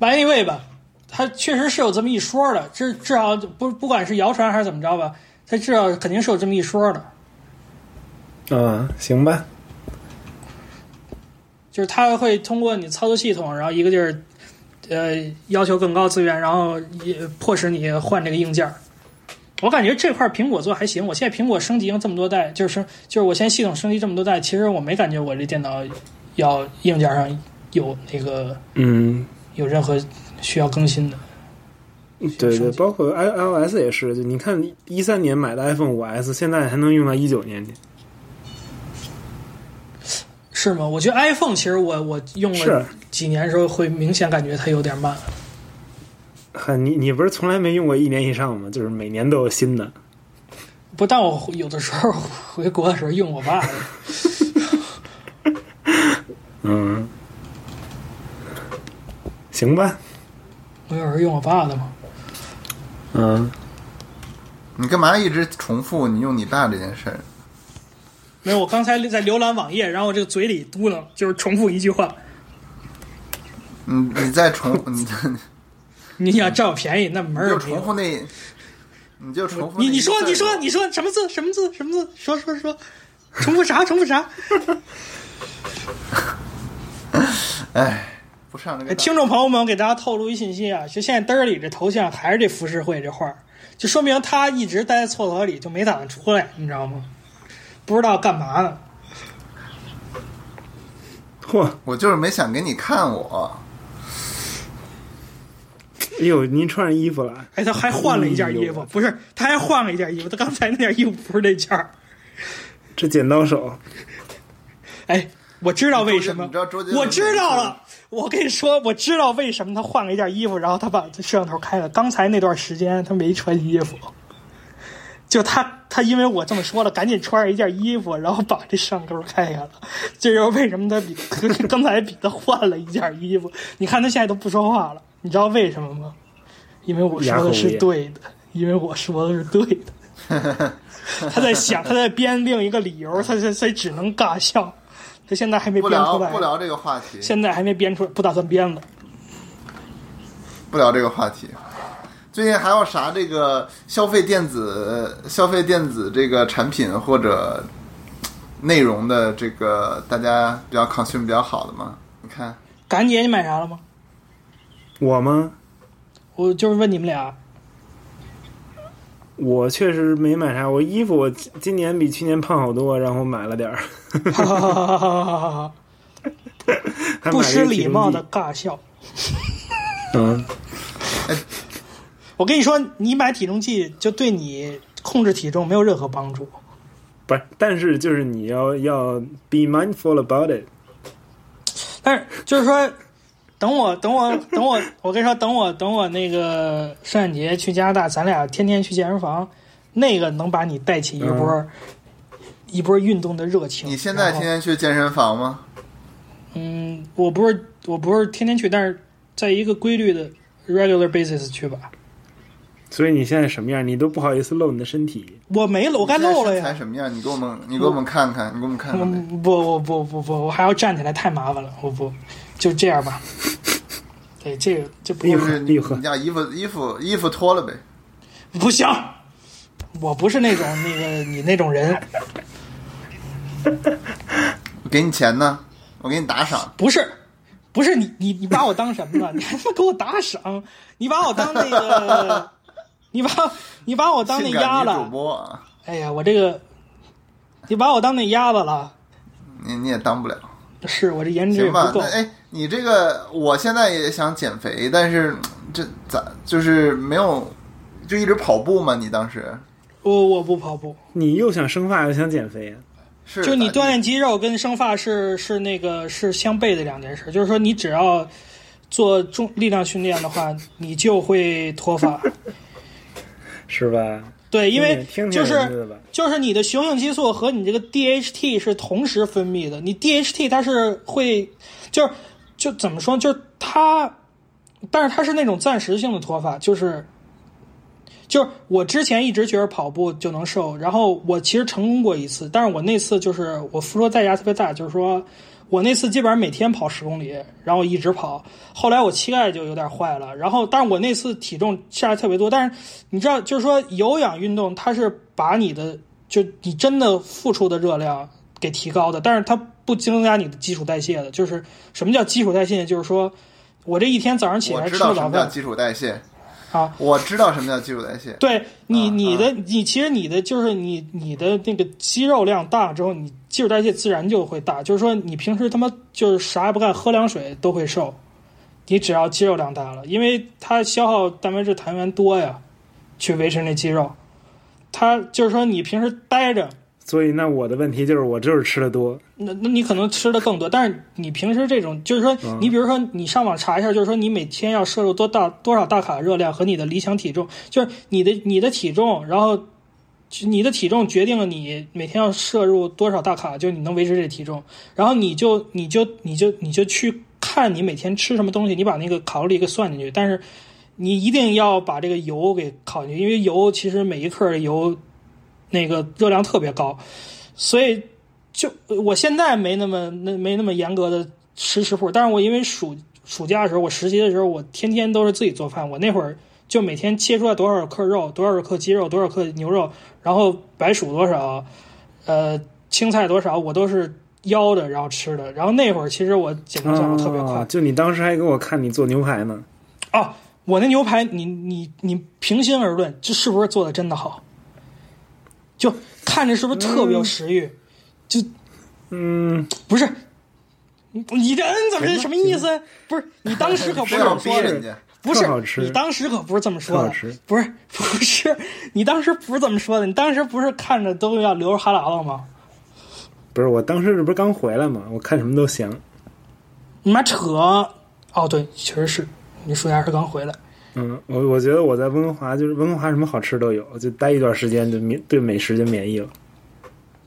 ，by the way 吧，他确实是有这么一说的，至至少不不管是谣传还是怎么着吧，他至少肯定是有这么一说的。
嗯，行吧。
就是它会通过你操作系统，然后一个劲儿，呃，要求更高资源，然后也迫使你换这个硬件儿。我感觉这块儿苹果做还行。我现在苹果升级了这么多代，就是升就是我现在系统升级这么多代，其实我没感觉我这电脑要硬件上有那个
嗯，
有任何需要更新的。
对
手
对，
机
包括 i iOS 也是，就你看一三年买的 iPhone 五 S，现在还能用到一九年去。
是吗？我觉得 iPhone 其实我我用
是
了几年时候，会明显感觉它有点慢。
哈，你你不是从来没用过一年以上吗？就是每年都有新的。
不，但我有的时候回国的时候用我爸的，
嗯，行吧。
我有时候用我爸的嘛。
嗯，
你干嘛一直重复你用你爸这件事儿？
没有，我刚才在浏览网页，然后我这个嘴里嘟囔，就是重复一句话。
你嗯你再重， 你
你想占我便宜，那门
你
儿
就
没
重
有。
复那，你就重复那
你你
一个
说
字儿
你说你说什么字什么字什么字？说说说，重复啥重复啥？
哎，不上这个
哎
当
听众朋友们，我给大家透露一信息啊，就现在嘚儿里这头像还是这浮世绘这画儿，就说明他一直待在厕所里，就没打算出来，你知道吗？不知道干嘛呢。
嚯，
我就是没想给你看我，
哎呦，您穿上衣服了。
哎，他还换了一件衣
哎
服，
呦
不是，他还换了一件衣服，他刚才那件衣服不是那件儿。
这剪刀手，
哎，我知道为什么，
你知道周杰伦
我知道了。我跟你说，我知道为什么他换了一件衣服，然后他把摄像头开了。刚才那段时间他没穿衣服，就他他因为我这么说了，赶紧穿上一件衣服，然后把这摄像头开开了。这就是为什么他比 刚才比他换了一件衣服。你看他现在都不说话了，你知道为什么吗？因为我说的是对的，因为我说的是对的。他在想，他在编另一个理由，他他他只能尬笑。他现在还没
不
编出
聊
来，
不聊这个话题，
现在还没编出来，不打算编了。
不聊这个话题。最近还有啥这个消费电子、消费电子这个产品或者内容的这个大家比较 consume 比较好的吗？你看，
赶姐，你买啥了吗？
我吗？
我就是问你们 俩，
我确实没买啥，我衣服我今今年比去年胖好多，然后买了点儿，
哈哈哈哈哈哈哈哈！
还
不
买了一
失
个
礼
体重
貌
计
的。尬笑。
嗯，
我跟你说，你买体重计就对你控制体重没有任何帮助。
不是，但是就是你要要 be mindful about it。
但是就是说，等我 等我等我，我跟你说，等我等我那个圣诞节去加拿大，咱俩天天去健身房，那个能把你带起一波、一波运动的热情。
嗯你现在
然后
天天去健身房吗？
嗯，我不是我不是天天去，但是在一个规律的 regular basis 去吧。
所以你现在什么样，你都不好意思露你的身体。
我没了，我该露了
你现在身材
呀。
什么样？你给我们，你给我们看看，你给我们看看呗。
嗯，不不不不不，我还要站起来，太麻烦了。我不，就这样吧。对，这个这不
哎呦
就是 你
厉害
你把衣服衣服衣服脱了呗。
不行，我不是那种那个你那种人，
我给你钱呢，我给你打赏。
不是，不是你你你把我当什么了？你他妈给我打赏，你把我当那个，你把你把我当那
性
鸭
感女主
了。
播啊，
哎呀，我这个，你把我当那鸭子了。
你你也当不了。
是我这颜值也
行吧
不，够
那，哎，你这个我现在也想减肥，但是嗯这咋就是没有，就一直跑步嘛？你当时
我我不跑步，
你又想生发又想减肥，
是
就你
咋
锻炼肌肉跟生发是是那个是相悖的两件事，就是说你只要做重力量训练的话，你就会脱发。
是吧？
对，因为
听听
就
人家
是
的吧
就是你的雄性激素和你这个 DHT 是同时分泌的，你 DHT 它是会就是就怎么说，就是它，但是它是那种暂时性的脱发，就是就是我之前一直觉得跑步就能瘦，然后我其实成功过一次，但是我那次就是我付出的代价特别大，就是说我那次基本上每天跑十公里，然后一直跑，后来我膝盖就有点坏了，然后但是我那次体重下来特别多，但是你知道，就是说有氧运动它是把你的就你真的付出的热量给提高的，但是它不增加你的基础代谢的，就是什么叫基础代谢？就是说我这一天早上起
我
来吃
知道
了
什
早
么叫
饭
基础代谢，
啊，
我知道什么叫基础代谢。
对你，
啊
你
啊
的你其实你的就是你你的那个肌肉量大之后，你基础代谢自然就会大。就是说，你平时他妈就是啥也不干，喝凉水都会瘦。你只要肌肉量大了，因为它消耗蛋白质、糖原多呀，去维持那肌肉。它就是说，你平时待着，
所以那我的问题就是我就是吃的多，
那那你可能吃的更多，但是你平时这种，就是说，你比如说你上网查一下，就是说你每天要摄入多大多少大卡热量和你的理想体重，就是你的你的体重，然后你的体重决定了你每天要摄入多少大卡，就你能维持这体重，然后你就你就你就你就去看你每天吃什么东西，你把那个卡路里给算进去，但是你一定要把这个油给考进去，因为油其实每一克的油那个热量特别高，所以就呃我现在没那么那没那么严格的吃食谱，但是我因为暑暑假的时候，我实习的时候，我天天都是自己做饭，我那会儿就每天切出来多少克肉，多少克鸡肉，多少克牛肉，然后白薯多少，呃，青菜多少，我都是腰的，然后吃的。然后那会儿其实我减重效果特别快。
啊就你当时还给我看你做牛排呢，
哦，我那牛排，你你你平心而论，这是不是做的真的好？就看着是不是特别有食欲？就
嗯，
不是，你你这嗯怎么是什么意思？不是，你当时可不
不
是
要
这么
逼
说的
人。家，
不是
特好吃
你当时可不是这么说
特
的
好吃，
不是不是，你当时不是这么说的，你当时不是看着都要流着哈喇子吗？
不是，我当时这不是刚回来嘛，我看什么都香，
你妈扯！哦，对，确实是，你暑假是刚回来，
嗯，我我觉得我在温哥华就是温哥华什么好吃都有，就待一段时间就免对美食就免疫了。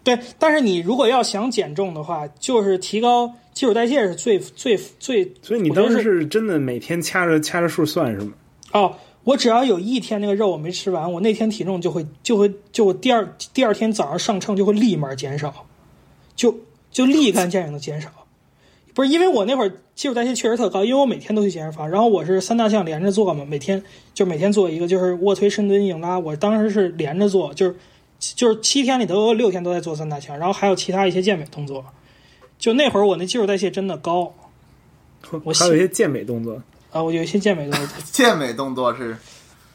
对，但是你如果要想减重的话，就是提高基础代谢是最最最。
所以你
我觉得
当时
是
是真的每天掐着掐着数算是吗？
哦，我只要有一天那个肉我没吃完，我那天体重就会就会就我第二第二天早上上秤就会立马减少，就就立竿见影的减少。不是因为我那会儿基础代谢确实特高，因为我每天都去健身房，然后我是三大项连着做嘛，每天就每天做一个，就是卧推、深蹲、硬拉。我当时是连着做，就是就是七天里头有六天都在做三大项，然后还有其他一些健美动作。就那会儿我那基础代谢真的高，我
还有一些健美动作，
啊，我有一些健美动作，
健美动作是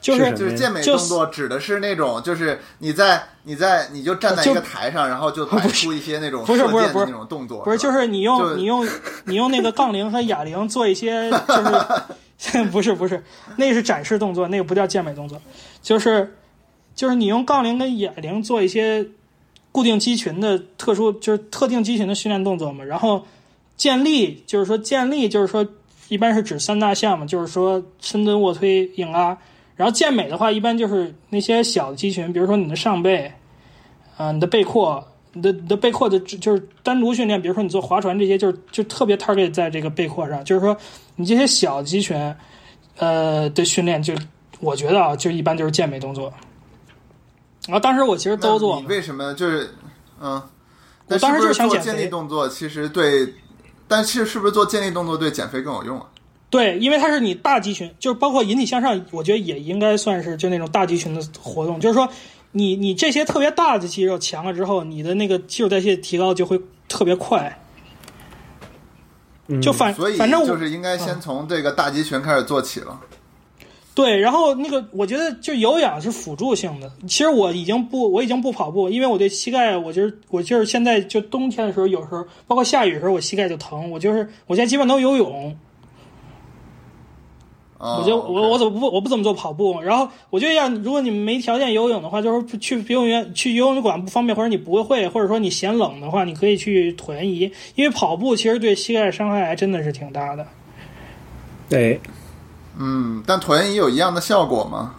就是是
就是健美动作指的是那种就是你在你在你就站在一个
就
台上，然后就摆出一些那种
不
射箭
是不是不
的
是
那种动作，
不是，
吧
就是你
就
用你用你用那个杠铃和哑铃做一些，就是 不是不是，那是展示动作，那个不叫健美动作，就是就是你用杠铃跟哑铃做一些固定肌群的特殊，就是特定肌群的训练动作嘛。然后建立，就是说建立，就是说一般是指三大项嘛，就是说深蹲、卧推、硬拉。然后健美的话，一般就是那些小的肌群，比如说你的上背，啊、你的背阔，你的你的背阔的，就是单独训练，比如说你做划船这些，就是就特别 target 在这个背阔上，就是说你这些小肌群，呃的训练就，我觉得啊，就一般就是健美动作。然后当时我其实
那
都做
你，为什么就是嗯？
我
但
当时
是不
就是是想
做
减
健
肥
力动作，其实对，但是是不是做健力动作对减肥更有用啊？
对，因为它是你大肌群，就是包括引体向上，我觉得也应该算是就那种大肌群的活动。就是说你，你这些特别大的肌肉强了之后，你的那个基础代谢提高就会特别快。
嗯
就反、
所以
反正我嗯
就是应该先从这个大肌群开始做起了。
对，然后那个我觉得就有氧是辅助性的。其实我已经不我已经不跑步，因为我对膝盖，我就是我就是现在就冬天的时候，有时候包括下雨的时候，我膝盖就疼。我就是我现在基本都游泳，
哦
我就
OK
我我怎么不我不怎么做跑步，然后我就要如果你们没条件游泳的话，就是去游泳园去游泳馆不方便，或者你不会，或者说你嫌冷的话，你可以去椭圆仪，因为跑步其实对膝盖伤害还真的是挺大的。
对，
嗯，但椭圆仪有一样的效果吗？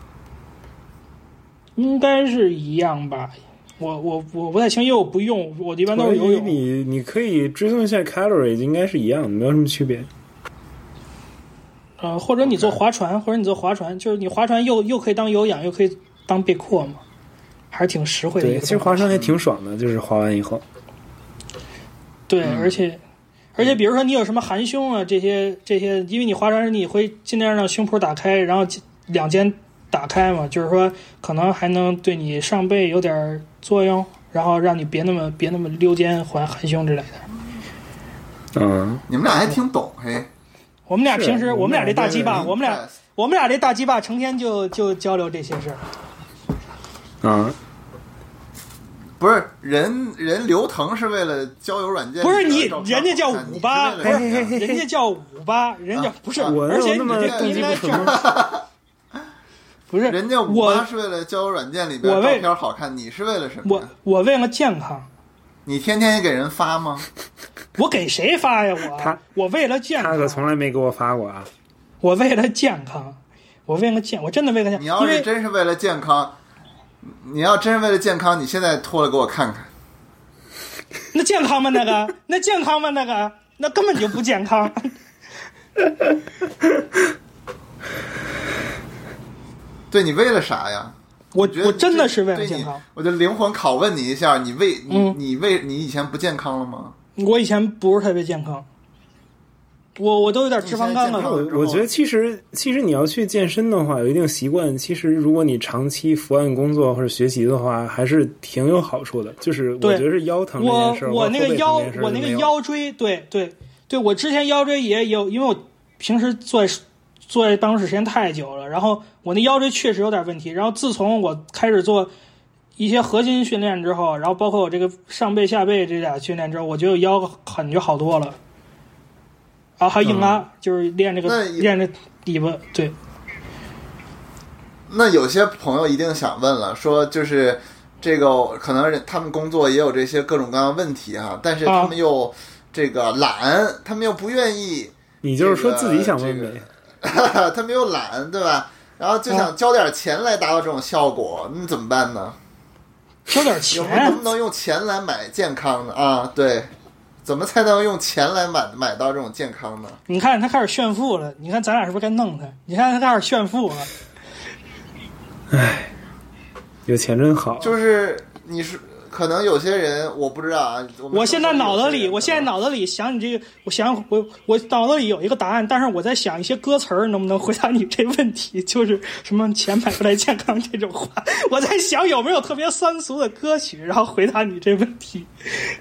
应该是一样吧，我我我不太清，因为我不用，我一般都是游泳。
你你可以追踪一下 calorie，应该是一样的，没有什么区别。
呃，或者你做划船，或者你做划船，就是你划船又又可以当有氧，又可以当背阔嘛，还是挺实惠的一
对，
个
其实
东西。
划船还挺爽的，就是划完以后，
对，而且而且比如说你有什么含胸啊这些这些，因为你划船时你会尽量让胸脯打开，然后两肩打开嘛，就是说可能还能对你上背有点作用，然后让你别那么别那么溜肩环含胸之类的。
嗯，
你们俩还挺懂嘿。
我们俩
是
平时我
我们
们
俩
俩这大
真
鸡
是
巴，
impressed
我们俩我们俩这大鸡巴成天就就交流这些事儿。
啊，
不是人人刘腾是为了交友软件
不是
里
你
边的照片好看，
人家叫
你
五八，
是
不
为了怎么样
是人家叫五八，人家
啊
不是，
啊
我哪
而且
有
你
那么
这
动
应
机不
该这
纯
样，
吗？
不是
人家五八
我
是为了交友软件里边
我
照
为
片好看，你是为了什么
我
呀？
我为了健康，
你天天也给人发 吗？
我给谁发呀
他
我？我为了健
他可从
康，
来没给我发过啊。
我为了健康，我为了健，我真的为了健，
你要
因
是
为
真是为了健康，你要真是为了健康，你现在脱了给我看看。
那健康吗？那个那健康吗？那个那根本就不 健康。
对你为了啥呀？
我
觉得
我真的
这
是为了
对你
健康，
我就灵魂拷问你一下，你为你、
嗯
你为你以前不健康了吗？
我以前不是特别健康，我我都有点脂
你
肪肝
现在健康
了
了。
我我觉得其实其实你要去健身的话，有一定习惯，其实如果你长期伏案工作或者学习的话，还是挺有好处的。就是我
对
觉得是腰疼这
我
件事儿，
我
或者
那个
后背疼
腰
这件事，儿
我
就
那
没
个
有，
腰椎，对对对，我之前腰椎也有，因为我平时坐在坐在办公室时间太久了，然后我那腰椎确实有点问题。然后自从我开始做一些核心训练之后，然后包括我这个上背、下背这俩训练之后，我觉得我腰感觉好多了。然后还有
嗯
硬拉，就是练这个
那也
练这底巴，对，
那有些朋友一定想问了，说就是这个可能人他们工作也有这些各种各样的问题哈、但是他
啊
们又这个懒，他们又不愿意，
你就是说自己想
这
问
个
呗。
他们又懒，对吧？然后就想交点钱来达到这种效果，那、怎么办呢？
交点
有没有能
钱啊
不，能用钱来买健康呢？啊，对，怎么才能用钱来买买到这种健康呢？
你看他开始炫富了，你看咱俩是不是该弄他？你看他开始炫富了。
有钱真好，
就是你是可能有些人我不知道啊，我们
嗯我现在脑子
有些
里，
人
我现在脑子里想你这个，我想我我脑子里有一个答案，但是我在想一些歌词儿能不能回答你这问题，就是什么钱买不来健康这种话，我在想有没有特别三俗的歌曲，然后回答你这问题，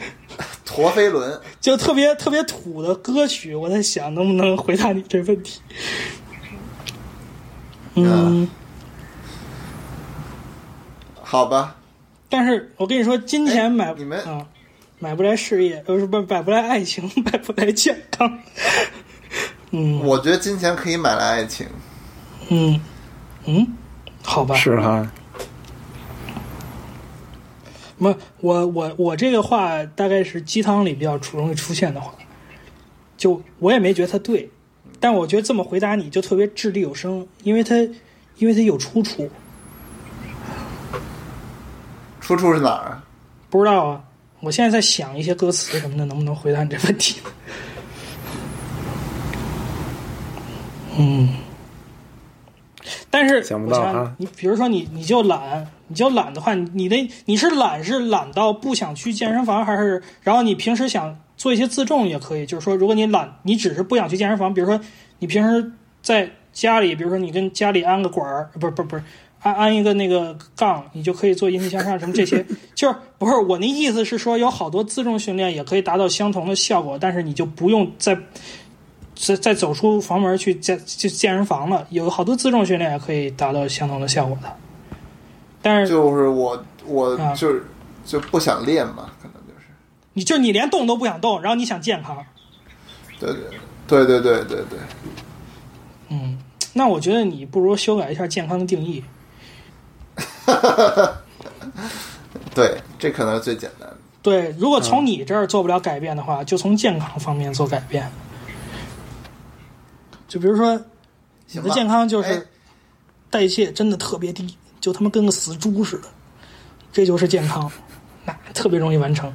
陀飞轮，
就特别特别土的歌曲，我在想能不能回答你这问题。嗯，
啊好吧，
但是我跟你说，金钱买
哎你们
啊，买不来事业，呃，不是买不来爱情， 买不来健康。 嗯
我觉得金钱可以买来爱情，
嗯嗯，好吧，
是哈，
不，我我我这个话大概是鸡汤里比较出容易出现的话，就我也没觉得它对，但我觉得这么回答你就特别掷地有声，因为它因为它有出处，
出处是哪儿啊？
不知道啊。我现在在想一些歌词什么的，能不能回答你这问题呢？嗯，但是
想不
我
到啊
想
哈
你比如说你你就懒，你就懒的话，你你的你是懒是懒到不想去健身房，还是然后你平时想做一些自重也可以？就是说，如果你懒，你只是不想去健身房，比如说你平时在家里，比如说你跟家里安个管儿，不是不是不是。安安一个那个杠，你就可以做引体向上什么这些， 就是不是我那意思是说，有好多自重训练也可以达到相同的效果，但是你就不用再再再走出房门去健去健身房了。有好多自重训练也可以达到相同的效果的，但是
就是我我
啊
就是就不想练嘛，可能就是。
你就你连动都不想动，然后你想健康，
对对对对对对，
嗯，那我觉得你不如修改一下健康的定义。
对，这可能是最简单的。
对，如果从你这儿做不了改变的话，就从健康方面做改变。就比如说，你
行
的
吧
健康就
哎
是代谢真的特别低，就他妈跟个死猪似的，这就是健康，那特别容易完成。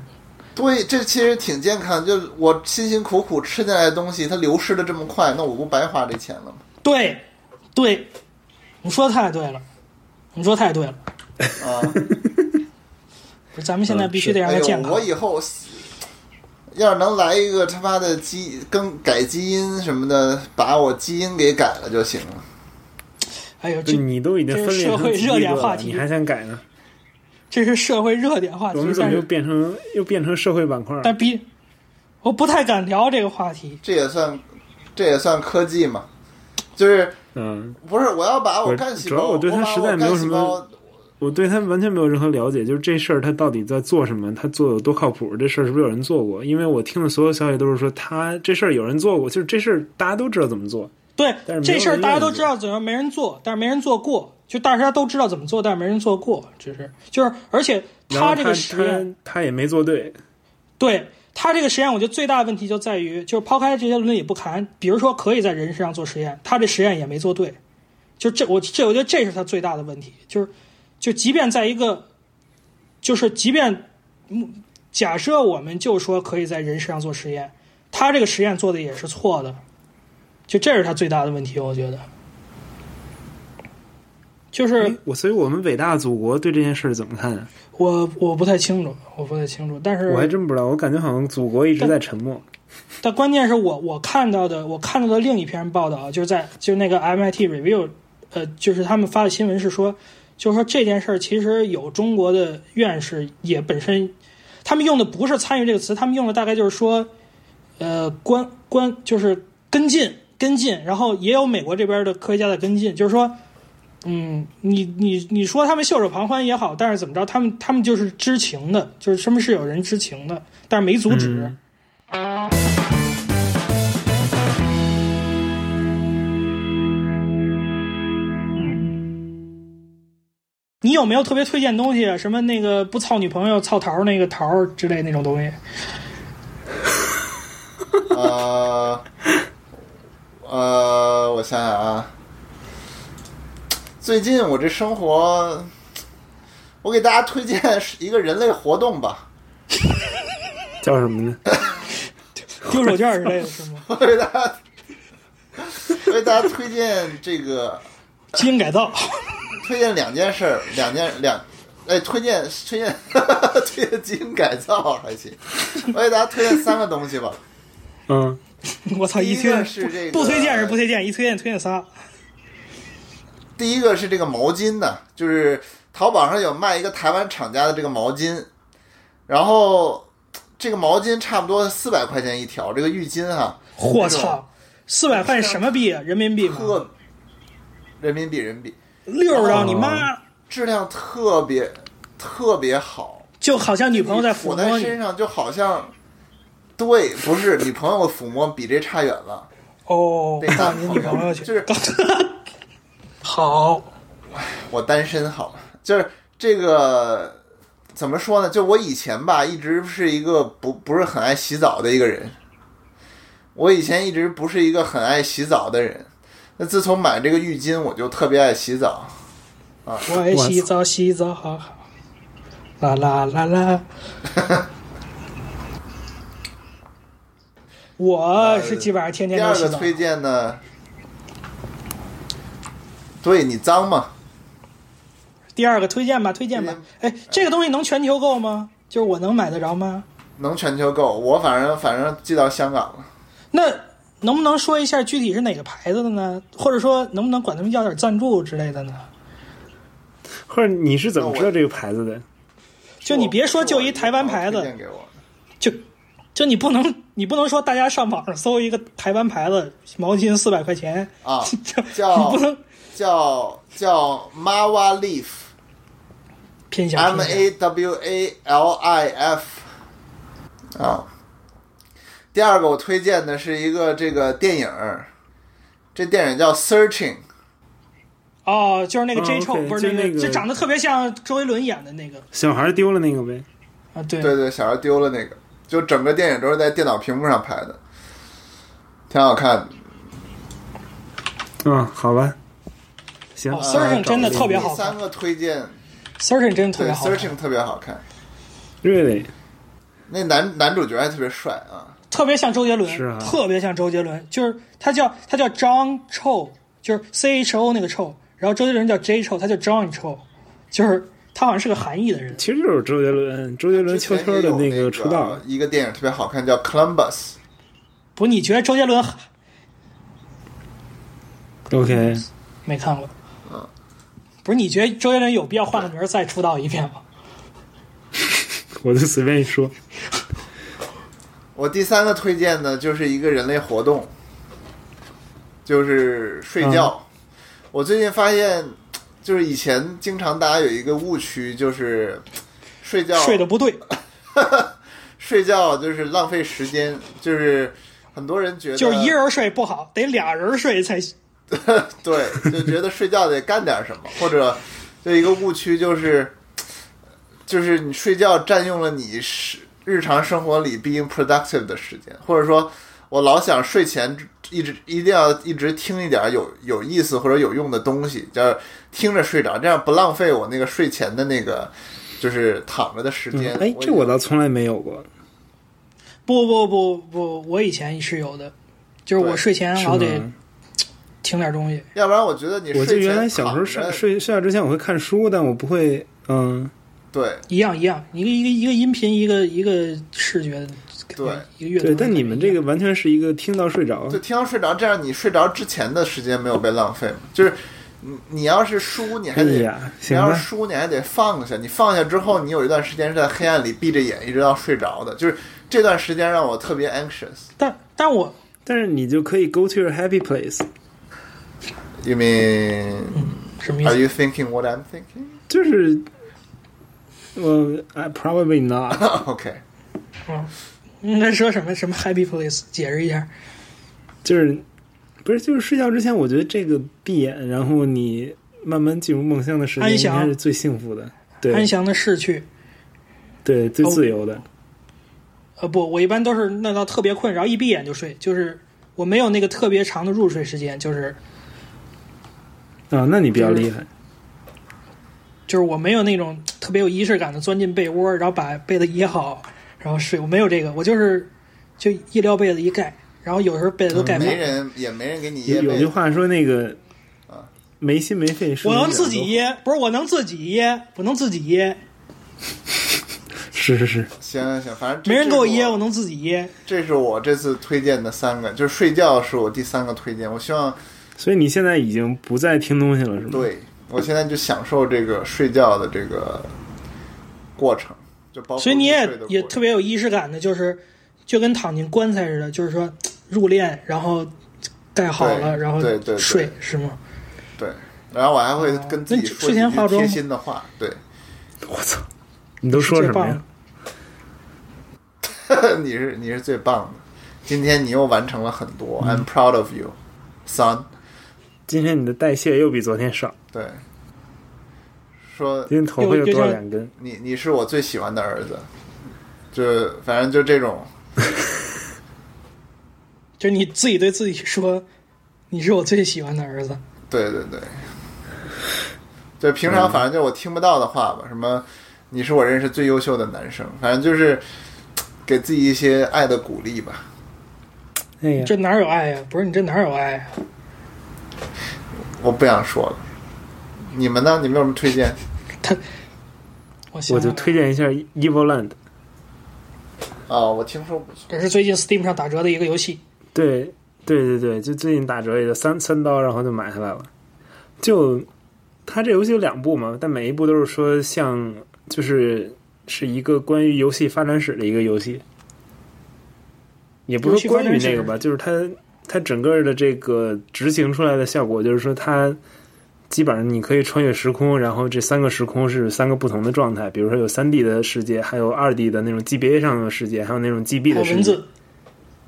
对，这其实挺健康。就是我辛辛苦苦吃进来的东西，它流失的这么快，那我不白花这钱了吗？
对，对，你说太对了，你说太对了。
啊，
不是咱们现
嗯
在必须得让
哎
它健
呦，
康
我。以后死要是能来一个他妈的基更改基因什么的，把我基因给改了就行了。
哎呦，这
就你都已经分裂
这是社
成
会
几
热点
个了
话题
你还想改呢？
这是社会热点话题
我们，怎
但
么又
是
变成又变成社会板块了？
但逼我不太敢聊这个话题。
这也算这也算科技嘛？就是
嗯，
不是我要把
不
我
是
干细
主要
胞，
我对它
把
实
我
在没有
干
什
细
么
胞
我对他完全没有任何了解，就是这事儿他到底在做什么，他做的有多靠谱，这事儿是不是有人做过？因为我听的所有消息都是说他这事儿有人做过，就是这事儿大家都知道怎么做，
对
但是没有人
这事儿，大家都
愿意
知道怎么，没人做，但是没人做过。就大家都知道怎么做，但是没人做过，只是就是，而且
然后
这个实验，
他他也没做对，
对他这个实验，我觉得最大的问题就在于，就是抛开这些伦理不谈，比如说可以在人身上做实验，他这实验也没做对，就这我这我觉得这是他最大的问题，就是就即便在一个，就是即便嗯假设我们就说可以在人身上做实验，他这个实验做的也是错的，就这是他最大的问题，我觉得，就是
哎我所以我们伟大祖国对这件事儿怎么看啊？
我我不太清楚，我不太清楚，但是
我还真不知道，我感觉好像祖国一直在沉默。
但关键是我我看到的，我看到的另一篇报道，啊就是在就是那个 MIT Review，呃，就是他们发的新闻是说，就是说这件事儿其实有中国的院士也本身，他们用的不是参与这个词，他们用的大概就是说，呃，关关就是跟进跟进，然后也有美国这边的科学家在跟进，就是说。嗯，你你你说他们袖手旁观也好，但是怎么着，他们他们就是知情的，就是他们是有人知情的，但是没阻止。
嗯
你有没有特别推荐东西？什么那个不操女朋友操桃儿那个桃儿之类那种东西？
呃，呃，我想想啊，最近我这生活，我给大家推荐一个人类活动吧，
叫什么呢？
丢手绢儿之类的是吗？
我给大家，我给大家推荐这个，
基因改造，
推荐两件事儿，两件两。哎，推荐推荐 推荐基因改造还行，我给大家推荐三个东西吧。
嗯，
我操！
第一
一推
个是这个
不推荐是不推荐，一推荐推荐仨。
第一个是这个毛巾呢，就是淘宝上有卖一个台湾厂家的这个毛巾，然后这个毛巾差不多四百块钱一条，这个浴巾哈、
我操，四百块什么币啊？人民币吗？
特人民币人民币，
溜儿到你妈，
质量特别特别好。
就好像女朋友在抚
抹在
摸你
身。上就好像，对，不是你朋友抚摸比这差远了。
哦，
得
到
到
你女朋友去，
就是
好，
我单身好，就是这个怎么说呢？就我以前吧，一直是一个不不是很爱洗澡的一个人。我以前一直不是一个很爱洗澡的人，那自从买这个浴巾，我就特别爱洗澡。
我爱洗澡，洗澡好好，啦啦啦啦。我是基本上天天
第
都
二
洗
个
澡，
推荐呢，对你脏吗？
第二个推荐吧，推荐吧。
嗯
哎，这个东西能全球购吗？就是我能买得着吗？
能全球购，我反正反正寄到香港了。
那能不能说一下具体是哪个牌子的呢？或者说能不能管他们要点赞助之类的呢？
或者你是怎么知道这个牌子的？
就你别说
是
就
我
一台湾牌
推荐
子，
给我，
就就你不能你不能说大家上网上搜一个台湾牌子毛巾四百块钱
啊
就
叫
你不能
叫叫 Mawa Leaf，M
偏向
A W A L I F 啊。第二个我推荐的是一个这个电影儿，这电影叫《Searching》，
哦，就是那个
啊
J 臭，
OK，
不是
就
那
那个
就长得特别像周杰伦演的那个
小孩丢了那个呗。
啊，对
对对，小孩丢了那个，就整个电影都是在电脑屏幕上拍的，挺好看的。
嗯，好吧，行。啊
哦，Surgeon 真的特别好
第
看
三个推荐，
，Surgeon 真的特
对
别
《
好看，
Searching》特别好看，
Really，
那男男主角还特别帅啊。
特别像周杰伦
是，啊
特别像周杰伦，就是他叫他叫 John Cho，就是 C H O 那个 Cho，然后周杰伦叫 J Cho，他叫 John Cho，就是他好像是个韩裔的人，
其实就是周杰伦，周杰
之
伦秋
前
秋
也
的
有那
个出道。
一个电影特别好看，叫《Columbus》。
不，你觉得周杰伦
OK，
没看过？不是，你觉得周杰伦有必要换个名儿再出道一遍吗？
我就随便一说。
我第三个推荐呢，就是一个人类活动，就是睡觉。我最近发现，就是以前经常大家有一个误区，就是睡觉
睡得 不对，
睡觉就是浪费时间，就是很多人觉得
就是一人睡不好，得俩人睡才行。
对，就觉得睡觉得干点什么，或者就一个误区就是，就是你睡觉占用了你是日常生活里 being productive 的时间，或者说我老想睡前一直一定要一直听一点有有意思或者有用的东西，就是听着睡着，这样不浪费我那个睡前的那个就是躺着的时间。
哎，这我
我
倒从来没有过。
不不不不，我以前是有的，就是我
对
睡前
是
老
吗
得听点东西。
要不然我觉得你睡
我就
前
原来小时候
躺
睡
着
睡睡觉之前我会看书，但我不会嗯。
对
一样一样，一个一个一个音频，一个一个视觉，
对
一个阅读。
对，但你们这个完全是一个听到睡着
就。听到睡着，这样你睡着之前的时间没有被浪费嘛？就是你你要是书，你还
哎
得、
呀
你
行吧
要是书，你还得放下。你放下之后，你有一段时间是在黑暗里闭着眼一直到睡着的，就是这段时间让我特别 anxious。
但但我
但是你就可以 go to your happy place，
You mean
什么意
are
思？
you thinking what I'm thinking?
就是我 I probably not。
OK，
应该说什么什么 happy place？解释一下。
就是不是就是睡觉之前，我觉得这个闭眼，然后你慢慢进入梦乡的时间，
安
应
详
该是最幸福的，对
安详的逝去。
对，最自由的。
呃，不，我一般都是弄到特别困，然后一闭眼就睡，就是我没有那个特别长的入睡时间，就是
啊，那你比较厉害。
就是我没有那种特别有仪式感的钻进被窝，然后把被子掖好，然后睡。我没有这个，我就是就一撩被子一盖，然后有时候被子都盖满
没。人也没啊人给你
有
掖
有
被，
句话说那个没心没肺是
我
没人
能
的
自己掖，不是我能自己掖，我能自己掖。
是是是，
行行行，反正这
没人给我
这是
掖，我能自己掖。
这是我这次推荐的三个，就是睡觉是我第三个推荐。我希望
所以你现在已经不再听东西了，是
嗯
吗？
对，我现在就享受这个睡觉的这个过程，就包括
所以你也
入睡的过程
也特别有仪式感的，就是就跟躺进棺材似的，就是说入殓，然后盖好了，
对
然后
对对对
睡，是吗？
对，然后我还会跟自己
那
说
之前
几
化
句
妆
贴
吗
心的话，对，
我操，你都说什么
最
呀
棒？
你是你是最棒的，今天你又完成了很多、i
嗯
m proud of you, son。
今天你的代谢又比昨天少，
对，说
今天头发又多了两根。
你你是我最喜欢的儿子，就反正就这种，
就是你自己对自己说，你是我最喜欢的儿子。
对对对，对平常反正就我听不到的话吧，什么你是我认识最优秀的男生，反正就是给自己一些爱的鼓励吧。
哎呀，
这哪有爱呀、不是你这哪有爱呀、
我不想说了，你们呢？你们有什么推荐？
我
我
想啊
就
想
推荐一下 Evil Land。
哦，我听说不错，
这是最近 Steam 上打折的一个游戏，
对对对对，就最近打折也就三三刀，然后就买下来了。就它这游戏有两部嘛，但每一部都是说像就是是一个关于游戏发展史的一个游戏，也不
游
是
戏
说关
发
于
展
那
史
个吧，就是它它整个的这个执行出来的效果，就是说它。基本上你可以穿越时空，然后这三个时空是三个不同的状态，比如说有三 D 的世界，还有二 D 的那种 GBA 上的世界，还有那种 GB
还
的
有
世界。
文字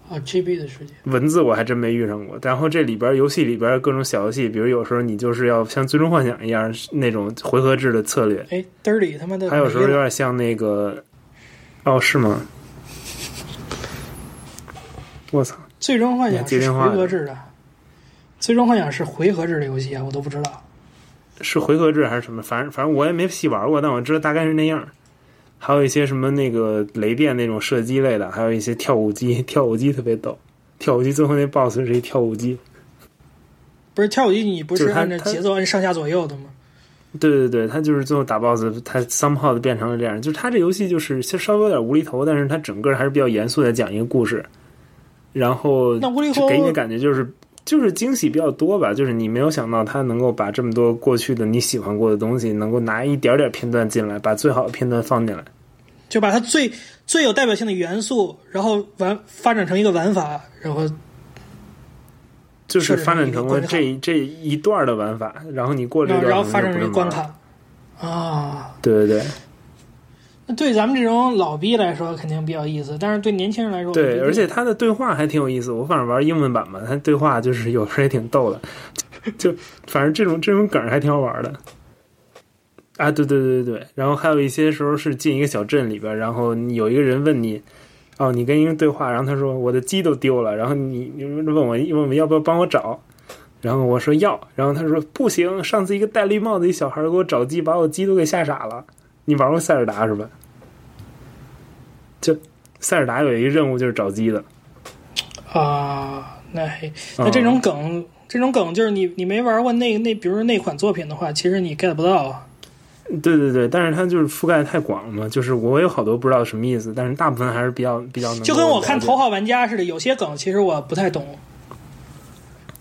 啊、g b 的世界，
文字我还真没遇上过。然后这里边游戏里边各种小游戏，比如有时候你就是要像《最终幻想》一样那种回合制的策略，
哎，dirty 他妈的没了，
还有时候有点像那个，哦，是吗？我操！
最终幻想
接
是
电话
回
的
合制的，最终幻想是回合制的游戏啊，我都不知道。
是回合制还是什么？反正反正我也没细玩过，但我知道大概是那样。还有一些什么那个雷电那种射击类的，还有一些跳舞机，跳舞机特别逗。跳舞机最后那 BOSS 是一跳舞机，
不是跳舞机，你不
就是是它
按照节奏按上下左右的吗？
对对对，他就是最后打 BOSS，他 somehow 的变成了这样。就是他这游戏就是其实稍微有点无厘头，但是他整个还是比较严肃的讲一个故事，然后
那无厘
就
头
给你的感觉就是就是惊喜比较多吧，就是你没有想到他能够把这么多过去的你喜欢过的东西，能够拿一点点片段进来，把最好的片段放进来。
就把它最最有代表性的元素，然后玩发展成一个玩法，然后
就是
是
发展成了
一个关卡
这这一段的玩法，然后你过这
然后
段，
然后发展成一
一
个关。卡啊。
对对对，
那对咱们这种老逼来说肯定比较有意思，但是对年轻人来说，我觉
对，
得
而且他的对话还挺有意思。我反正玩英文版嘛，他对话就是有时候也挺逗的，就反正这种这种梗儿还挺好玩的。啊，对对对对对，然后还有一些时候是进一个小镇里边儿，然后有一个人问你，哦，你跟一个人对话，然后他说我的鸡都丢了，然后你你问我问我要不要帮我找，然后我说要，然后他说不行，上次一个戴绿帽子一小孩儿给我找鸡，把我鸡都给吓傻了。你玩过塞尔达是吧？就塞尔达有一个任务就是找鸡的，
啊，那还那这种梗，这种梗就是你你没玩过那那，比如说那款作品的话，其实你 get 不到啊。
对对对，但是它就是覆盖太广了嘛，就是我有好多不知道什么意思，但是大部分还是比较比较能够
就跟我看
了解
头号玩家似的，有些梗其实我不太懂。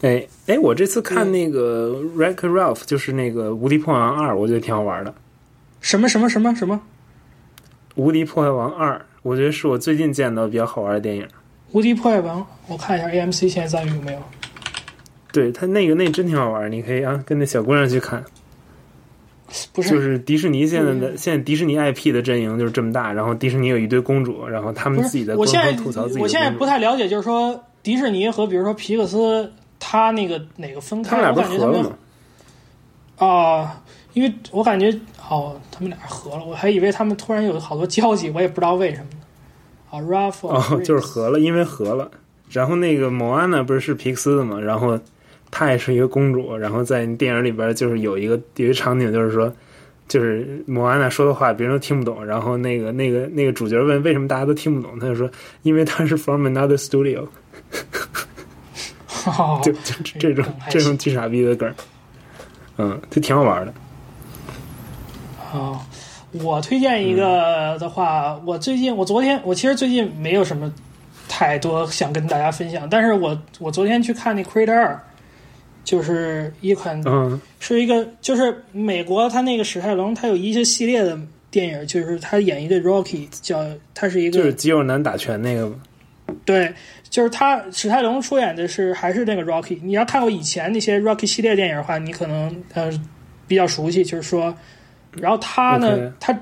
哎哎，我这次看那个 Wreck Ralph，就是那个《无敌破坏王二》，我觉得挺好玩的，《
什么什么什么什么
无敌破坏王二》我觉得是我最近见到比较好玩的电影。
无敌破坏王，我看一下 AMC 现在赞誉有没有？
对它那个那真挺好玩，你可以啊跟那小姑娘去看。
不是，嗯
就是迪士尼现在的现在迪士尼 IP 的阵营就是这么大，然后迪士尼有一堆公主，然后他们
不
自己
是，
的
我
官
现
方
在
吐槽自己的
我现在
公主
不太了解，就是说迪士尼和比如说皮克斯，他那个哪个分
他
开？
们俩
我
不
感
是
觉他
合了
们
吗？
啊，因为我感觉哦，他们俩合了，我还以为他们突然有好多交集，我也不知道为什么呢。啊 r a f f
哦，就是 合了，因为合了。然后那个莫安娜不是是皮克斯的嘛，然后她也是一个公主，然后在电影里边就是有一个有一个场景，就是说，就是莫安娜说的话别人都听不懂，然后那个那个那个主角问为什么大家都听不懂，他就说因为他是 from another studio，就
哦
就就这种这种巨傻逼的梗儿，嗯，就挺好玩的。
啊，我推荐
嗯
一个的话，我最近我昨天我其实最近没有什么太多想跟大家分享，但是我我昨天去看那《Creed 二》，就是一款
嗯，
是一个就是美国他那个史泰龙他有一些系列的电影，就是他演一个 Rocky 叫他是一个
就是肌肉男打拳那个嘛，
对，就是他史泰龙出演的是还是那个 Rocky。你要看过以前那些 Rocky 系列电影的话，你可能呃比较熟悉，就是说，然后他呢
OK
他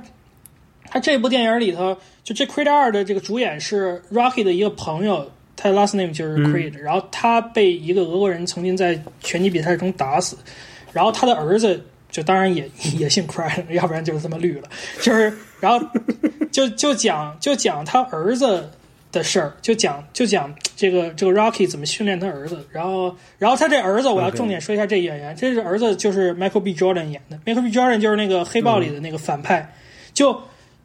他这部电影里头，就这 Creed 二的这个主演是 Rocky 的一个朋友，他的 last name 就是
嗯
Creed，、然后他被一个俄国人曾经在拳击比赛中打死，然后他的儿子就当然也 也姓 Creed，要不然就是这么绿了，就是然后就就讲就讲他儿子的事儿，就讲就讲这个这个 Rocky 怎么训练他儿子，然后然后他这儿子我要
OK
重点说一下这演员，这是儿子就是 Michael B Jordan 演的，Michael B Jordan 就是那个黑豹里的那个反派，就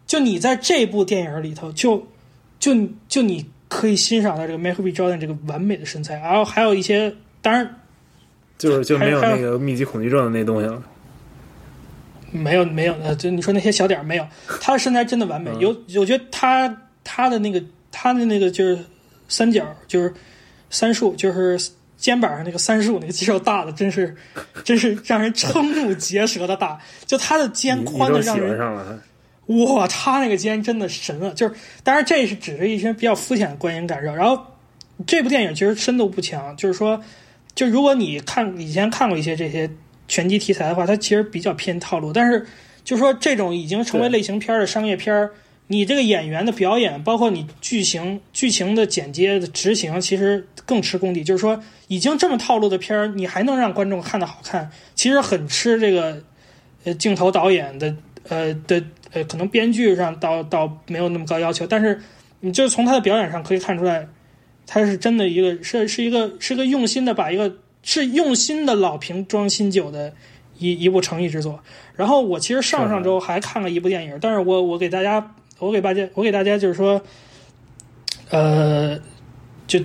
就你在这部电影里头就就就你可以欣赏到这个 Michael B Jordan 这个完美的身材，然后还有一些当然
就是就没有
还有
那个密集恐惧症的那东西了。
没有没有，呃，就你说那些小点儿没有，他的身材真的
嗯
完美。有，我觉得他他的那个他的那个就是三角，就是三束，就是肩膀上那个三束那个肌肉大的，真是真是让人瞠目结舌的大。就他的肩
你你
宽的
都喜
让
欢
人
上了，
哇，他那个肩真的神了，就是，当然这是只是一些比较肤浅的观影感受。然后这部电影其实深度不强，就是说，就如果你看以前看过一些这些拳击题材的话，它其实比较偏套路。但是就说这种已经成为
对
类型片儿的商业片儿，你这个演员的表演，包括你剧情剧情的剪接的执行，其实更吃功底。就是说，已经这么套路的片儿，你还能让观众看得好看，其实很吃这个呃镜头导演的呃的呃可能编剧上倒倒没有那么高要求，但是你就是从他的表演上可以看出来，他是真的一个是是一个是个用心的把一个是用心的老瓶装新酒的一一部诚意之作。然后我其实上上周还看了一部电影，但是我我给大家我给大家我给大家就是说，呃，就。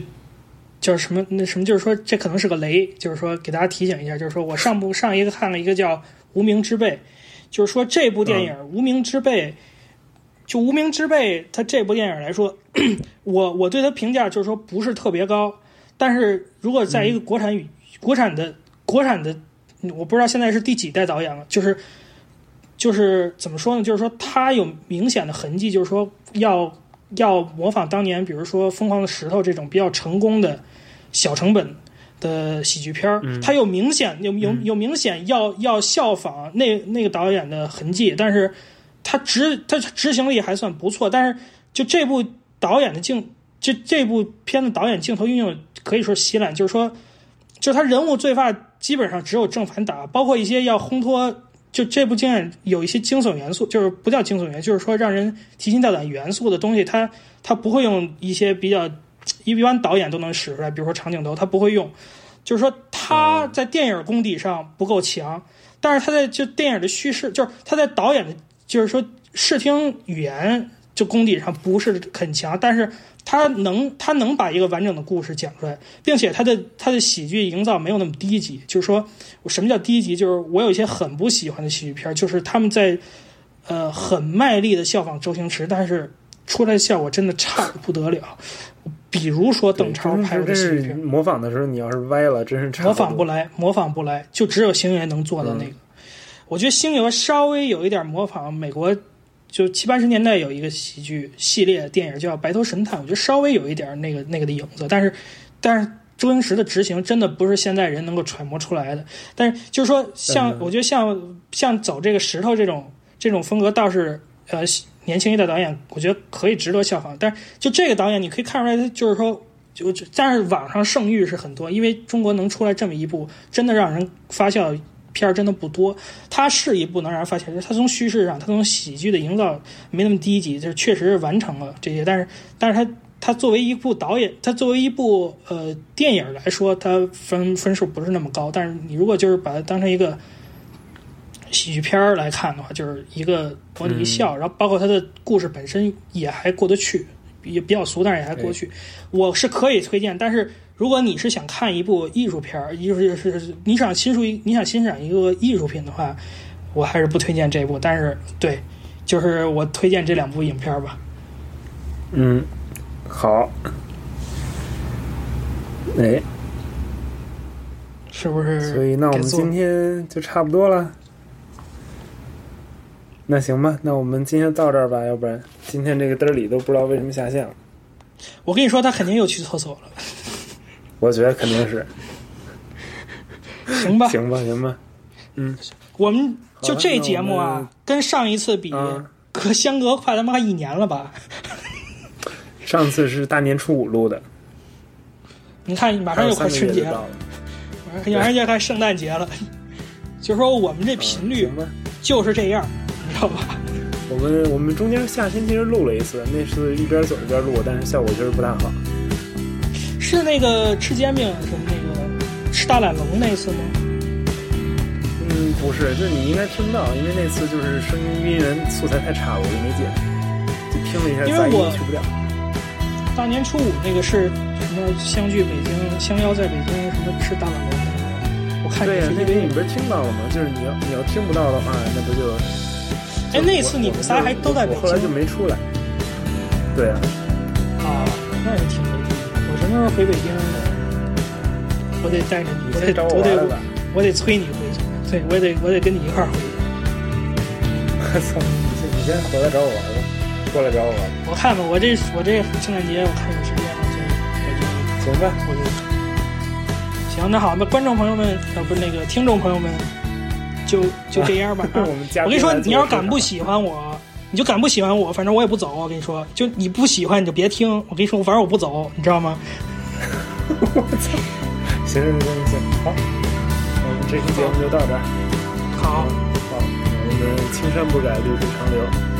就是什么那什么，就是说这可能是个雷，就是说给大家提醒一下，就是说我上部上一个看了一个叫《无名之辈》，就是说这部电影《无名之辈》，就《无名之辈》，它这部电影来说， 我我对它评价就是说不是特别高，但是如果在一个国产语、国产的国产的，我不知道现在是第几代导演了，就是就是怎么说呢？就是说他有明显的痕迹，就是说要要模仿当年，比如说《疯狂的石头》这种比较成功的小成本的喜剧片儿，他有明显有有有明显要要效仿那那个导演的痕迹，但是他执他执行力还算不错，但是就这部导演的镜，这这部片子导演镜头运用可以说稀烂，就是说，就是他人物罪发基本上只有正反打，包括一些要烘托，就这部电影有一些惊悚元素，就是不叫惊悚元素，就是说让人提心吊胆元素的东西，他他不会用一些比较一般导演都能使出来，比如说长镜头，他不会用，就是说
哦
他在电影功底上不够强，但是他在就电影的叙事，就是他在导演的，就是说视听语言就功底上不是很强，但是他能他能把一个完整的故事讲出来，并且他的他的喜剧营造没有那么低级，就是说我什么叫低级？就是我有一些很不喜欢的喜剧片儿，就是他们在呃很卖力的效仿周星驰，但是出来的效果真的差的不得了。比如说邓超拍过的
真
喜剧
是
片儿，
模仿的时候，你要是歪了，真是差
模仿不
了。
来，模仿不来，就只有星爷能做的那个。我觉得星爷稍微有一点模仿美国，就七八十年代有一个喜剧系列电影叫《白头神探》，我觉得稍微有一点那个那个的影子，但是但是周星驰的执行真的不是现在人能够揣摩出来的。但是就是说像，
嗯
我觉得像像走这个石头这种这种风格倒是呃年轻一代导演，我觉得可以值得效仿。但是就这个导演，你可以看出来，他就是说。就就但是网上盛誉是很多，因为中国能出来这么一部真的让人发笑的片儿真的不多。它是一部能让人发笑，就是它从叙事上，它从喜剧的营造没那么低级，就是确实完成了这些。但是，但是它它作为一部导演，它作为一部呃电影来说，它分分数不是那么高。但是你如果就是把它当成一个喜剧片儿来看的话，就是一个博你一
嗯
笑，然后包括它的故事本身也还过得去，也比较俗，但是也还过得去。我是可以推荐，但是如果你是想看一部艺术片儿，艺术就是你想欣赏一你想欣赏一个艺术品的话，我还是不推荐这部。但是对，就是我推荐这两部影片儿吧。
嗯，好。哎，
是不是？
所以那我们
给做
今天就差不多了。那行吧，那我们今天到这儿吧，要不然今天这个嘚儿里都不知道为什么下线了。
我跟你说，他肯定又去厕所 了，
我觉得肯定是。
行吧？
行吧，行吧，
我们就
好
这
那
节
我
目
们
啊，跟上一次比，
啊
隔相隔快他妈一年了吧？
上次是大年初五录的，
你看，马
还
上
有
就快
三个月
春
就
节
到了。
了，马上就快圣诞节了，就说我们这频率
嗯行吧，
就是这样，你知道吧？
我们我们中间下星期是录了一次，那次一边走一边录，但是效果确实不大好。
是那个吃煎饼什么那个吃大懒龙那次吗？
嗯，不是，就是你应该听不到，因为那次就是声音源素材太差了，我就没剪，就听了一下
因为
杂
我
音去不掉。
大年初五那个是什么相聚北京，相邀在北京什么吃大懒龙那个？我看你
对呀、
是
那
因
个你
为
不是听到了吗？就是你要你要听不到的话，那不就……
哎，那
我
次你们仨还都在北
我后来就
京
没出来。对啊，
啊？那是挺没劲的。我什么时候回北京？我得带着你，
你
我得
先找我
我
玩来
得
吧。
我得催你回去，对我得我得跟你一块儿回去。
我操，你先你先回来找我玩吧，过来找我玩吧，
我看看我这我这圣诞节我看有时间我就我
行吧？
就我就行。那好，那观众朋友们，呃，不是那个听众朋友们，就就这样吧。 啊
我们嘉宾
我跟你说，
来做
你要
市
敢
场
不喜欢我，你就敢不喜欢我，反正我也不走。我跟你说，就你不喜欢你就别听。我跟你说，反正我不走，你知道吗？
行行行行，好，我们这期节目就到这儿。
好，
好，我们青山不改，绿水长流。